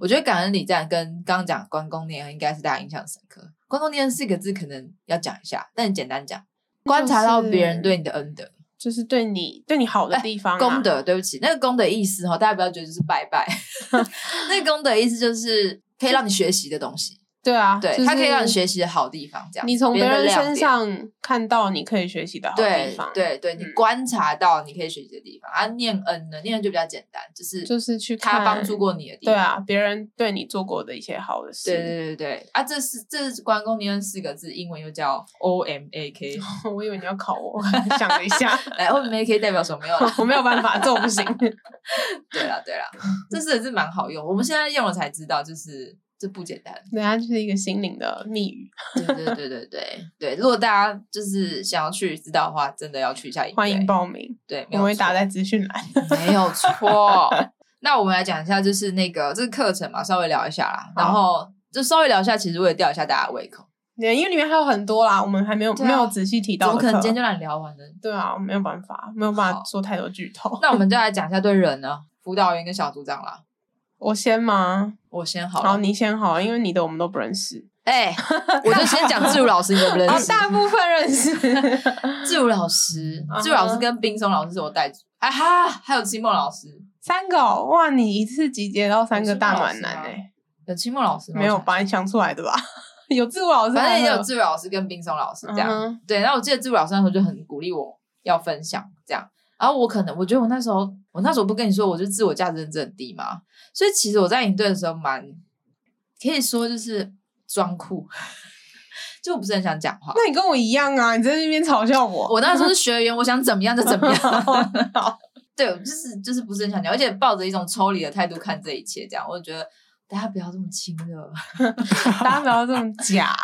Speaker 1: 我觉得感恩礼赞跟刚刚讲关公念恩应该是大家印象深刻。关公念恩四个字可能要讲一下，但你简单讲，观察到别人对你的恩德、
Speaker 2: 就是对你对你好的
Speaker 1: 哎
Speaker 2: 地方啊、
Speaker 1: 功德。对不起，那个功德意思哈，大家不要觉得就是拜 拜，那个功德意思就是可以让你学习的东西，
Speaker 2: 对啊，
Speaker 1: 对，
Speaker 2: 就是
Speaker 1: 它可以让你学习的好地方，这样
Speaker 2: 你从别
Speaker 1: 别
Speaker 2: 人
Speaker 1: 的亮
Speaker 2: 身
Speaker 1: 点
Speaker 2: 上看到你可以学习的好地
Speaker 1: 对
Speaker 2: 方，，
Speaker 1: 对对，你
Speaker 2: 嗯
Speaker 1: 观察到你可以学习的地方、啊。念恩呢，念恩就比较简单，就是
Speaker 2: 就是去
Speaker 1: 他
Speaker 2: 看
Speaker 1: 帮助过你的地方。
Speaker 2: 对啊，别人对你做过的一些好的事，
Speaker 1: 对，对对对啊，这是这是关公念恩四个字，英文又叫 O M A K。
Speaker 2: 我以为你要考我，想了一下，
Speaker 1: 来，O M A K 代表 什么？没有啦，
Speaker 2: 我没有办法，这我不行。
Speaker 1: 对啦对啦，这四个字蛮好用，我们现在用了才知道，就是这不简单。
Speaker 2: 对啊，就是一个心灵的密语，
Speaker 1: 对对对对对 对，如果大家就是想要去知道的话，真的要去一下营队。
Speaker 2: 欢迎报名，
Speaker 1: 对，没
Speaker 2: 我
Speaker 1: 有
Speaker 2: 们会
Speaker 1: 错
Speaker 2: 打在资讯栏。
Speaker 1: 没有错。那我们来讲一下，就是那个这个课程嘛，稍微聊一下啦。然后就稍微聊一下，其实为了吊一下大家的胃口，
Speaker 2: 对，因为里面还有很多啦，我们还没有、
Speaker 1: 对啊
Speaker 2: 没有仔细提
Speaker 1: 怎
Speaker 2: 到
Speaker 1: 么可
Speaker 2: 的课。
Speaker 1: 能今天就让你聊完呢？
Speaker 2: 对啊，没有办法，没有办法
Speaker 1: 好
Speaker 2: 做太多剧透。
Speaker 1: 那我们就来讲一下对人呢，辅导员跟小组长啦。
Speaker 2: 我先吗？
Speaker 1: 我先好
Speaker 2: 好，
Speaker 1: 了，
Speaker 2: 你先好了，因为你的我们都不认识。
Speaker 1: 哎、 我就先讲志如老师，你都不认
Speaker 2: 哦，
Speaker 1: 识。
Speaker 2: 大部分认识。
Speaker 1: 志如老师
Speaker 2: 嗯哼，
Speaker 1: 志如老师跟冰松老师是我带组，哎哈，还有期末老师，
Speaker 2: 三个、哦、哇！你一次集结到三个大暖男
Speaker 1: 有
Speaker 2: 哎、
Speaker 1: 新有期啊末老师吗？
Speaker 2: 没有嗯
Speaker 1: 我想
Speaker 2: 吧？你想出来的吧？ 有自我老师，
Speaker 1: 反正也有志伟老师跟冰松老师这样。
Speaker 2: 嗯哼
Speaker 1: 对，然后我记得志伟老师那时候就很鼓励我要分享这样。然后我可能我觉得我那时候我那时候不跟你说，我就自我价值认知很低嘛，所以其实我在营队的时候蛮可以说就是装酷， 就我不是很想讲话。
Speaker 2: 那你跟我一样啊！你在那边嘲笑我，
Speaker 1: 我那时候是学员，我想怎么样就怎么样。
Speaker 2: 好
Speaker 1: 对，我就是就是不是很想讲，而且抱着一种抽离的态度看这一切，这样我就觉得大家不要这么亲热。
Speaker 2: 大家不要 这么假。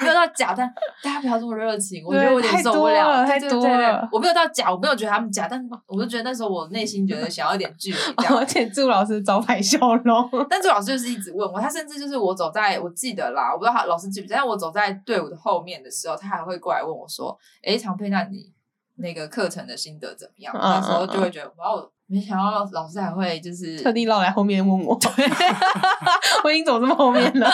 Speaker 1: 没有到假，但大家不要这么热情，我觉得我有
Speaker 2: 对
Speaker 1: 点受不了。
Speaker 2: 太
Speaker 1: 对
Speaker 2: 多了
Speaker 1: 对对
Speaker 2: 太多
Speaker 1: 对
Speaker 2: 了
Speaker 1: 我没有到假，我没有觉得他们假，但我就觉得那时候我内心觉得想要一点距离这
Speaker 2: 而
Speaker 1: 样。
Speaker 2: 且祝老师招牌笑容，
Speaker 1: 但这老师就是一直问我，他甚至就是我走在我记得啦，我不知道他老师记不记得，但我走在队伍的后面的时候，他还会过来问我说：“诶，常佩，那你那个课程的心得怎么样？”
Speaker 2: 嗯
Speaker 1: 那时候就会觉得，哇，我没想到老师还会就是
Speaker 2: 特地绕来后 面问我， 我已经走这么后面了。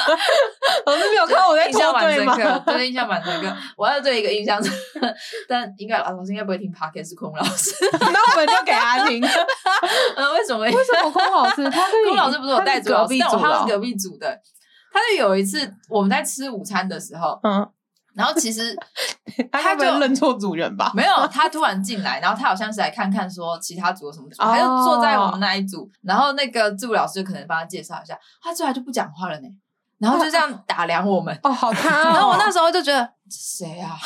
Speaker 2: 老师没有看我在
Speaker 1: 印象
Speaker 2: 拖
Speaker 1: 蛮
Speaker 2: 队
Speaker 1: 深
Speaker 2: 吗？
Speaker 1: 刻，对，印象蛮深刻。我要对一个印象深刻，但应该老师应该不会听 podcast 是孔老师，
Speaker 2: 那我们就给他听。为
Speaker 1: 呃，为什么？
Speaker 2: 什么空老师他跟
Speaker 1: 郭老师不是我带组
Speaker 2: 隔
Speaker 1: 老师
Speaker 2: 壁，
Speaker 1: 但
Speaker 2: 组哦
Speaker 1: 我他
Speaker 2: 老
Speaker 1: 是隔壁组的。他就有一次我们在吃午餐的时候，
Speaker 2: 嗯，
Speaker 1: 然后其 实
Speaker 2: 他该不会
Speaker 1: 就
Speaker 2: 认错主人吧？
Speaker 1: 没有他突然进来，然后他好像是来看看说其他组有什么组，
Speaker 2: 哦
Speaker 1: 他就坐在我们那一组，然后那个助理老师就可能帮他介绍一下，他出来就不讲话了呢，然后就这样打量我 们，
Speaker 2: 哦，好他哦。
Speaker 1: 然后我那时候就觉得这谁啊？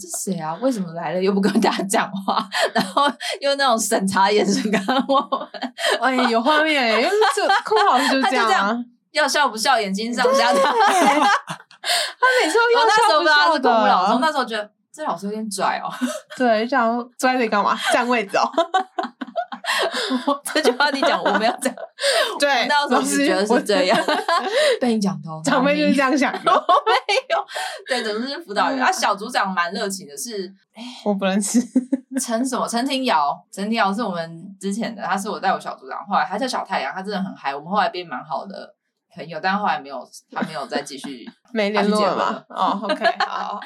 Speaker 1: 这谁啊？为什么来了又不跟大家讲话， 然后用那种审查眼神看我们，
Speaker 2: 哎，有画面哎，因为这空老师就是
Speaker 1: 他
Speaker 2: 这
Speaker 1: 就
Speaker 2: 样
Speaker 1: 这
Speaker 2: 啊。
Speaker 1: 要笑不笑，眼睛上下的。
Speaker 2: 他每次都
Speaker 1: 我
Speaker 2: 要
Speaker 1: 那时
Speaker 2: 笑
Speaker 1: 候不
Speaker 2: 不
Speaker 1: 知道他
Speaker 2: 笑
Speaker 1: 是公务老师，我
Speaker 2: 的，
Speaker 1: 那时候 觉得这老师有点拽哦，
Speaker 2: 对，就想说坐在这里干嘛？占位置哦。
Speaker 1: 这句话你讲，我没有讲。
Speaker 2: 对，
Speaker 1: 那时
Speaker 2: 老
Speaker 1: 候只
Speaker 2: 师
Speaker 1: 觉得
Speaker 2: 我
Speaker 1: 是这样， 被你讲通。
Speaker 2: 长辈就是这样想的，
Speaker 1: 没有， 对，总之是辅导员。啊，小组长蛮热情的，是
Speaker 2: 我不认识。
Speaker 1: 陈什么？陈廷瑶，陈廷瑶是我们之前的，他是我带我小组长，后来他叫小太阳，他真的很嗨，我们后来变蛮好的朋友，但后来没有，他没有再继续。
Speaker 2: 没联络了嘛？
Speaker 1: 他
Speaker 2: 哦，OK，好，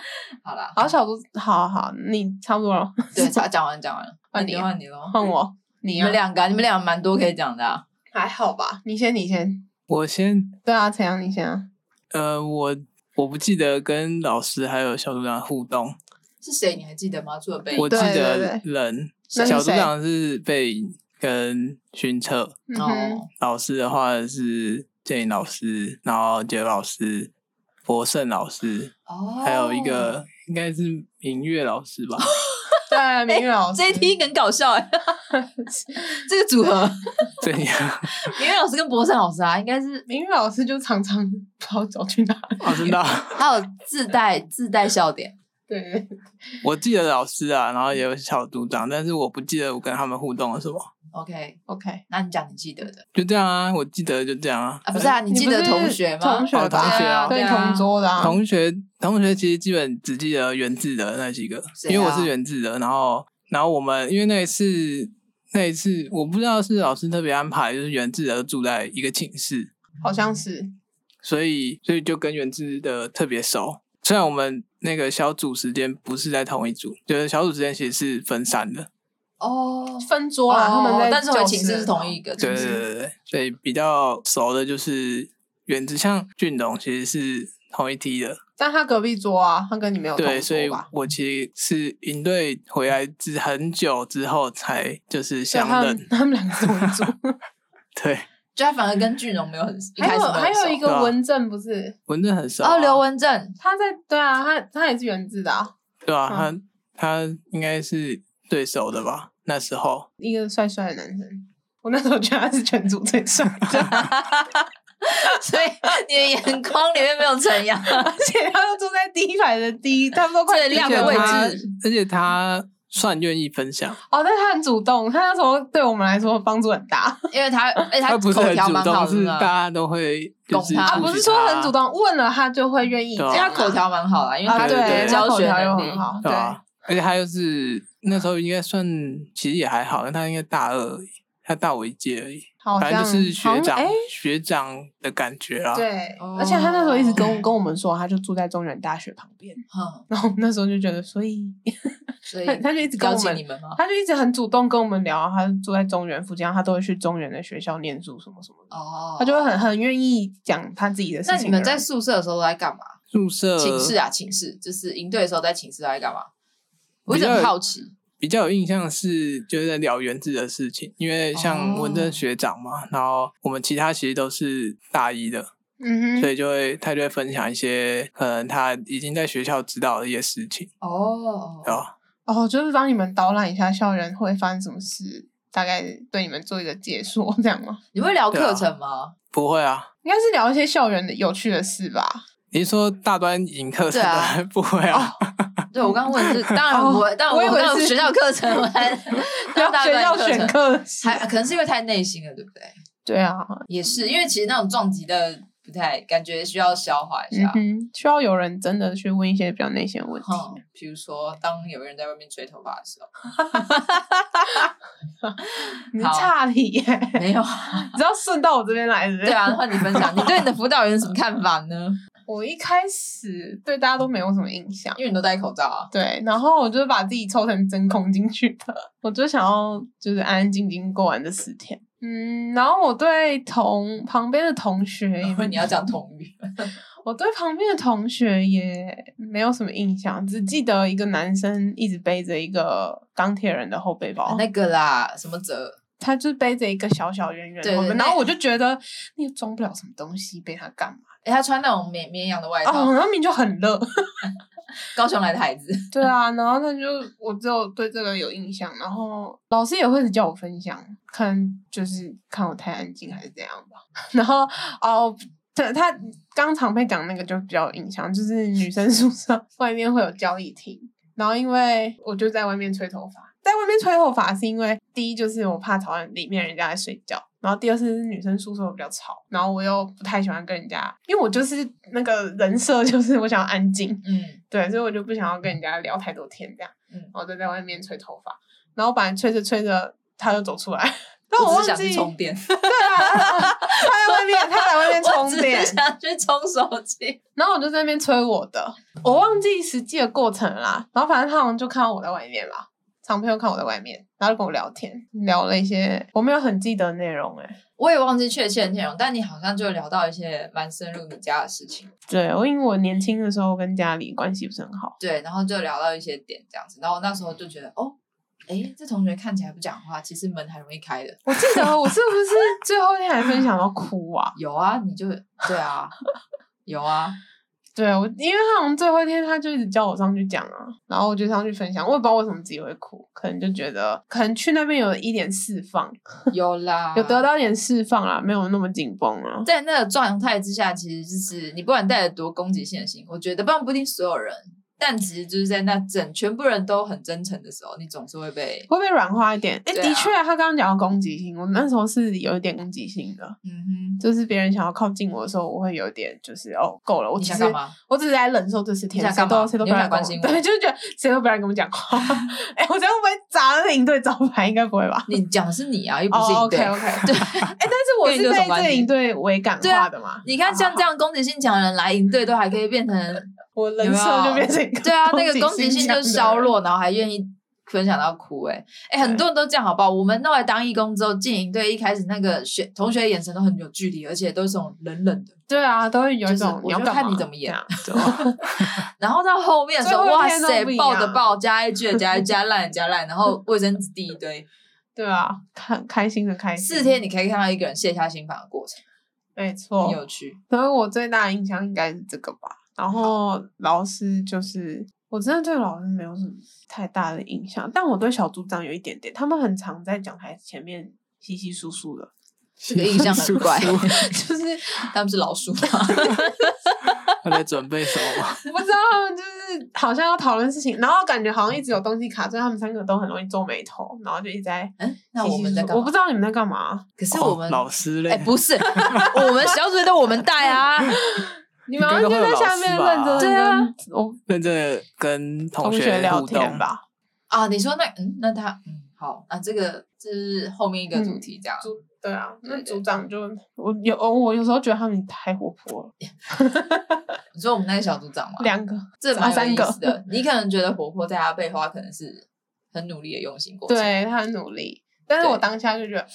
Speaker 1: 好啦，
Speaker 2: 好，小猪，好好，你差不多了，
Speaker 1: 对，他讲完讲完了，那
Speaker 2: 换你
Speaker 1: 你换你喽，
Speaker 2: 换我，你
Speaker 1: 你
Speaker 2: 啊
Speaker 1: 们两个啊，你们两个蛮多可以讲的啊。
Speaker 2: 还好吧？你先，你先，
Speaker 3: 我先
Speaker 2: 对啊，陈阳，你先啊，
Speaker 3: 呃，我我不记得跟老师还有小组长互动，
Speaker 1: 是谁？你还记得吗？除了被
Speaker 3: 我记
Speaker 2: 对
Speaker 3: 得
Speaker 2: 对
Speaker 3: 人
Speaker 2: 那是
Speaker 3: 小组
Speaker 2: 谁
Speaker 3: 长是被跟训测，
Speaker 2: 嗯哼，
Speaker 1: 哦，
Speaker 3: 老师的话是建颖老师，然后杰老师、博胜老师，
Speaker 1: 哦，
Speaker 3: 还有一个应该是明月老师吧。
Speaker 2: 对，啊明玉
Speaker 3: 哦
Speaker 2: 老师
Speaker 1: 这一题很搞笑 哎，这个组合，
Speaker 3: 这样，
Speaker 1: 明月老师跟博胜老师啊，应该是
Speaker 2: 明玉老师就常常不知道走去哪里，
Speaker 3: 我知道，
Speaker 1: 还有自带自带笑点，
Speaker 2: 对，
Speaker 3: 我记得老师啊，然后也有小组长，但是我不记得我跟他们互动了什么。
Speaker 1: OK，
Speaker 2: OK，
Speaker 1: 那你讲你记得的
Speaker 3: 就这样啊，我记得就这样啊。
Speaker 1: 啊？不是 啊，你记得
Speaker 2: 呃不是
Speaker 1: 同学吗？
Speaker 2: 同学
Speaker 3: 哦同学
Speaker 2: 吧，
Speaker 3: 啊
Speaker 2: 对，
Speaker 1: 对啊
Speaker 2: 同桌的啊，
Speaker 3: 同学，同学其实基本只记得原字的那几个，
Speaker 1: 谁啊
Speaker 3: 因为我是原字的。然后，然后我们因为那一次，那一次我不知道是老师特别安排，就是原字的住在一个寝室，
Speaker 2: 好像是，
Speaker 3: 所以所以就跟原字的特别熟。虽然我们那个小组时间不是在同一组，就是小组时间其实是分散的，
Speaker 1: 哦，
Speaker 2: 分桌啊，他们在，
Speaker 1: 但是回寝室是同，一个，
Speaker 3: 对对
Speaker 1: 是不
Speaker 3: 对
Speaker 1: 是
Speaker 3: 对对，所以比较熟的就是原子，像俊龙其实是同一梯的，
Speaker 2: 但他隔壁桌啊，他跟你没有同
Speaker 3: 对，所以
Speaker 2: 桌吧？
Speaker 3: 我其实是营队回来之很久之后才就是
Speaker 2: 对
Speaker 3: 相
Speaker 2: 他们
Speaker 3: 认，
Speaker 2: 他们两个同一桌，
Speaker 3: 对，
Speaker 1: 就他反而跟俊荣没有很， 一
Speaker 2: 还
Speaker 1: 开始
Speaker 2: 有
Speaker 1: 没很
Speaker 2: 还有
Speaker 1: 熟
Speaker 2: 一
Speaker 3: 啊
Speaker 2: 个文正不是，
Speaker 3: 文正很熟、啊，
Speaker 1: 哦，刘文正，
Speaker 2: 他在对啊，他他也是原字的、啊，
Speaker 3: 对啊，他他应该是最熟的吧，那时候
Speaker 2: 一个帅帅的男生。我那时候觉得他是全组最帅的，
Speaker 1: 所以你的眼光里面没有陈 阳，
Speaker 2: 而且他又坐在第一排的第一，差不多快
Speaker 1: 最亮的
Speaker 2: 第一
Speaker 1: 位
Speaker 2: 排
Speaker 3: 他
Speaker 1: 置
Speaker 3: 而且他算愿意分享，
Speaker 2: 哦，但他很主动，他那时候对我们来说帮助很大
Speaker 1: 因为他，而且
Speaker 3: 他不
Speaker 1: 口
Speaker 3: 是很
Speaker 1: 条
Speaker 3: 主
Speaker 1: 蛮好
Speaker 3: 动，
Speaker 1: 的
Speaker 3: 是大
Speaker 1: 呢，
Speaker 3: 家都会就是
Speaker 1: 懂他
Speaker 2: 啊，
Speaker 3: 出
Speaker 2: 不是
Speaker 3: 去
Speaker 2: 说
Speaker 3: 他
Speaker 2: 很主动，问了他就会愿意
Speaker 3: 对啊
Speaker 2: 讲
Speaker 1: 因
Speaker 2: 啊，
Speaker 1: 为他口条蛮好的，因为
Speaker 2: 啊，
Speaker 1: 他
Speaker 3: 对对
Speaker 2: 对，
Speaker 3: 对
Speaker 2: 他
Speaker 1: 教
Speaker 2: 口
Speaker 1: 学
Speaker 2: 条又
Speaker 1: 能力
Speaker 2: 很，好，
Speaker 3: 对啊，而且他又是那时候应该算，其实也还好，但他应该大二而已，他大我一届而已，
Speaker 2: 好
Speaker 3: 反正
Speaker 2: 像
Speaker 3: 就是学长、
Speaker 2: 哎，
Speaker 3: 学长的感觉啊啦。
Speaker 2: 对
Speaker 1: 哦，
Speaker 2: 而且他那时候一直跟我跟我们说，他就住在中原大学旁边，
Speaker 1: 嗯，
Speaker 2: 然后我们那时候就觉得，所以
Speaker 1: 所以
Speaker 2: 他他就一直跟
Speaker 1: 邀
Speaker 2: 我
Speaker 1: 请
Speaker 2: 们
Speaker 1: 你们吗？
Speaker 2: 他就一直很主动跟我们聊啊，他住在中原附近啊，他都会去中原的学校念书什么什么的，
Speaker 1: 哦，
Speaker 2: 他就会很很愿意讲他自己的事
Speaker 1: 那
Speaker 2: 情
Speaker 1: 你
Speaker 2: 的
Speaker 1: 们
Speaker 2: 人。
Speaker 1: 在宿舍的时候都在干嘛？
Speaker 3: 宿舍
Speaker 1: 寝室啊，寝室就是营队的时候在寝室都在干嘛？我一
Speaker 3: 比
Speaker 1: 直
Speaker 3: 较
Speaker 1: 很好奇。
Speaker 3: 比较有印象是就是在聊原子的事情，因为像
Speaker 1: 哦
Speaker 3: 文正学长嘛，然后我们其他其实都是大一的，
Speaker 2: 嗯
Speaker 3: 所
Speaker 2: 哼，
Speaker 3: 以就会他就会分享一些可能他已经在学校知道的一些事情，
Speaker 1: 哦，
Speaker 3: 对吧？
Speaker 2: 哦，就是帮你们导览一下校园会发生什么事，大概对你们做一个解说，这样吗？
Speaker 1: 你会聊
Speaker 3: 对啊
Speaker 1: 课程吗？
Speaker 3: 不会啊，
Speaker 2: 应该是聊一些校园的有趣的事吧。
Speaker 3: 你是说大专营课
Speaker 1: 对
Speaker 3: 程
Speaker 1: 啊
Speaker 3: 的 不会啊，
Speaker 1: 对，我刚刚问的是， 当然我，当然
Speaker 2: 哦我以为
Speaker 1: 刚刚
Speaker 2: 是
Speaker 1: 学校课程， 我还
Speaker 2: 聊
Speaker 1: 大
Speaker 2: 学
Speaker 1: 专
Speaker 2: 校
Speaker 1: 课
Speaker 2: 选
Speaker 1: 程
Speaker 2: 课的事，
Speaker 1: 还可能是因为太内心了，对不对？
Speaker 2: 对啊，
Speaker 1: 也是因为其实那种撞击的不太感觉需要消化一
Speaker 2: 嗯
Speaker 1: 下。
Speaker 2: 哼，需要有人真的去问一些比较内心的问题。
Speaker 1: 哼，嗯比如说当有人在外面吹头发的时 候，
Speaker 2: 你
Speaker 1: 好
Speaker 2: 差题耶，
Speaker 1: 没有，啊
Speaker 2: 只要顺到我这边来，是不是
Speaker 1: 对啊，换你分享，你对你的辅导员有什么看法呢？
Speaker 2: 我一开始对大家都没有什么印象。
Speaker 1: 因为你都戴口罩啊，
Speaker 2: 对，然后我就是把自己抽成真空进去的，我就想要就是安安静静过完这四天。嗯，然后我对同旁边的同学也
Speaker 1: 因为你要讲同 语，
Speaker 2: 我对旁边的同学也没有什么印象，只记得一个男生一直背着一个钢铁人的后背包，
Speaker 1: 哦啊那个啦，什么哲，
Speaker 2: 他就背着一个小小圆圆的
Speaker 1: 对
Speaker 2: 后背，
Speaker 1: 对
Speaker 2: 然后
Speaker 1: 那
Speaker 2: 我就觉得那个装不了什么东西，背它干嘛？
Speaker 1: 哎，他穿那种绵绵羊的外套
Speaker 2: 哦，，然后明明就很热，
Speaker 1: 高雄来的孩子，
Speaker 2: 对啊，然后他就我只有对这个有印象，然后老师也会一直叫我分享，看就是看我太安静还是怎样吧。 然后哦，他他刚常被讲那个就比较有印象，就是女生宿舍外面会有交易厅，然后因为我就在外面吹头发，在外面吹头发是因为第一就是我怕吵到里面人家在睡觉，然后第二是女生宿舍比较吵，然后我又不太喜欢跟人家，因为我就是那个人设就是我想要安静，
Speaker 1: 嗯
Speaker 2: 对，所以我就不想要跟人家聊太多天这样，
Speaker 1: 嗯
Speaker 2: 然，后就在外面吹头发，然后本来吹着吹着他就走出来，但
Speaker 1: 我
Speaker 2: 我
Speaker 1: 只是想
Speaker 2: 忘记啊
Speaker 1: 去充电，
Speaker 2: 他在外面，他在外 面
Speaker 1: 我
Speaker 2: 充
Speaker 1: 只
Speaker 2: 电
Speaker 1: 是，想去充手机。
Speaker 2: 然后我就在那边吹我的，我忘记实际的过程了啦。然后反正他好像就看到我在外面啦，常朋友看我在外面，然后就跟我聊天，聊了一些我没有很记得的内容哎、
Speaker 1: 我也忘记确切的内容，但你好像就聊到一些蛮深入你家的事情，
Speaker 2: 对，我因为我年轻的时候跟家里关系不是很好，
Speaker 1: 对，然后就聊到一些点这样子，然后我那时候就觉得，哦，诶，这同学看起来不讲话，其实门还容易开的。
Speaker 2: 我记得我是不 是最后一天还分享到哭啊？
Speaker 1: 有啊，你就对啊，有啊，
Speaker 2: 对，我因为他好像最后一天他就一直叫我上去讲啊，然后我就上去分享，我也不知道为什么自己会哭，可能就觉得可能去那边有一点释放，
Speaker 1: 有啦，
Speaker 2: 有得。到一点释放啦，没有那么紧绷啊了。
Speaker 1: 在那个状态之下，其实就是你不管带着多攻击性的心，我觉得，不然不一定所有人，但其实就是在那整全部人都很真诚的时候，你总是会被，
Speaker 2: 会不会软化一点？哎、
Speaker 1: 对啊
Speaker 2: 的确啊、他刚刚讲到攻击性，我那时候是有一点攻击性的，
Speaker 1: 嗯
Speaker 2: 就是别人想要靠近我的时候，我会有一点就是哦，够了，
Speaker 1: 哼，
Speaker 2: 我
Speaker 1: 你
Speaker 2: 只
Speaker 1: 想
Speaker 2: 是
Speaker 1: 干嘛？
Speaker 2: 我只是在忍受这十天
Speaker 1: 你，想
Speaker 2: 谁
Speaker 1: 干嘛
Speaker 2: 都谁都不要
Speaker 1: 你又没有
Speaker 2: 来跟
Speaker 1: 关心我
Speaker 2: 对，就是觉得谁都不要来跟我讲话。 哎、我这样会不会砸了领队招牌？应该不会吧？
Speaker 1: 你讲的是你啊，又不
Speaker 2: 哦
Speaker 1: 是你对。
Speaker 2: ，OK OK，哎、
Speaker 1: 对，
Speaker 2: 但是我
Speaker 1: 跟你有
Speaker 2: 是
Speaker 1: 什么
Speaker 2: 被
Speaker 1: 关
Speaker 2: 这个
Speaker 1: 系
Speaker 2: 营队围感
Speaker 1: 对啊
Speaker 2: 化的嘛，
Speaker 1: 你看，像这样攻击性强的人来营队，都还可以变 成
Speaker 2: 我人
Speaker 1: 有没
Speaker 2: 设
Speaker 1: 有
Speaker 2: 就变成一
Speaker 1: 对啊，那个攻
Speaker 2: 攻
Speaker 1: 击性就
Speaker 2: 强的
Speaker 1: 是削
Speaker 2: 人。
Speaker 1: 弱，然后还愿意分享到哭、欸，哎、很多人都这样，好不好？我们那来当义工之后进营队，一开始那个学同学的眼神都很有距离，而且都是那种冷冷的。
Speaker 2: 对啊，都会有
Speaker 1: 就
Speaker 2: 一
Speaker 1: 是
Speaker 2: 种
Speaker 1: 我
Speaker 2: 你要
Speaker 1: 就
Speaker 2: 干
Speaker 1: 看
Speaker 2: 嘛
Speaker 1: 你怎么演
Speaker 2: 这样对啊
Speaker 1: 然后到后面的时候，
Speaker 2: 最后
Speaker 1: 哇
Speaker 2: 一天都
Speaker 1: 塞
Speaker 2: 不一，样
Speaker 1: 爆的爆，加一句的加一加烂的加烂，然后卫生纸递一堆。
Speaker 2: 对啊，看开心的开心。
Speaker 1: 四天你可以看到一个人卸下心防的过程，
Speaker 2: 没
Speaker 1: 很
Speaker 2: 错，
Speaker 1: 有趣。
Speaker 2: 所以我最大的印象应该是这个吧。然后老师就是，我真的对老师没有什么太大的印象，但我对小组长有一点点，他们很常在讲台前面稀稀疏疏的，
Speaker 1: 这个印象很 怪
Speaker 3: 叔叔
Speaker 2: 就是
Speaker 1: 他们是老鼠吗？
Speaker 3: 他在准备什么？
Speaker 2: 我不知道他们就是好像要讨论事情，然后感觉好像一直有东西卡住，他们三个都很容易皱眉头，然后就一直在
Speaker 1: 嗯，那
Speaker 2: 稀
Speaker 1: 我
Speaker 2: 稀
Speaker 1: 们
Speaker 2: 疏
Speaker 1: 在
Speaker 2: 疏
Speaker 1: 干
Speaker 2: 我
Speaker 1: 嘛
Speaker 2: 不？知道你们在干嘛，
Speaker 1: 可 是我
Speaker 3: 哦
Speaker 1: 们
Speaker 3: 老师嘞，
Speaker 1: 哎、不是，我们小组的我们带啊，
Speaker 2: 你
Speaker 3: 们
Speaker 2: 们
Speaker 3: 好像
Speaker 2: 就
Speaker 3: 就
Speaker 2: 在
Speaker 3: 在
Speaker 2: 下
Speaker 3: 下
Speaker 2: 面
Speaker 3: 面
Speaker 2: 认
Speaker 3: 认
Speaker 2: 真
Speaker 3: 真
Speaker 1: 对啊
Speaker 2: 我
Speaker 3: 认真的跟同
Speaker 2: 同
Speaker 3: 学
Speaker 2: 学聊
Speaker 3: 互
Speaker 2: 天
Speaker 3: 动。
Speaker 2: 吧。
Speaker 1: 啊，你说那嗯，那他嗯好，那这个这是后面一个
Speaker 2: 嗯
Speaker 1: 主题这样。
Speaker 2: 组对啊，那
Speaker 1: 对对
Speaker 2: 组长就我有我有时候觉得他们太活泼了，
Speaker 1: 你说我们那个小组长嘛，
Speaker 2: 两个
Speaker 1: 这蛮有
Speaker 2: 三
Speaker 1: 意
Speaker 2: 个
Speaker 1: 思的。你可能觉得活泼，在他背后，他可能是很努力的用心过程。
Speaker 2: 对他很努力，但是
Speaker 1: 对
Speaker 2: 我当下就觉得，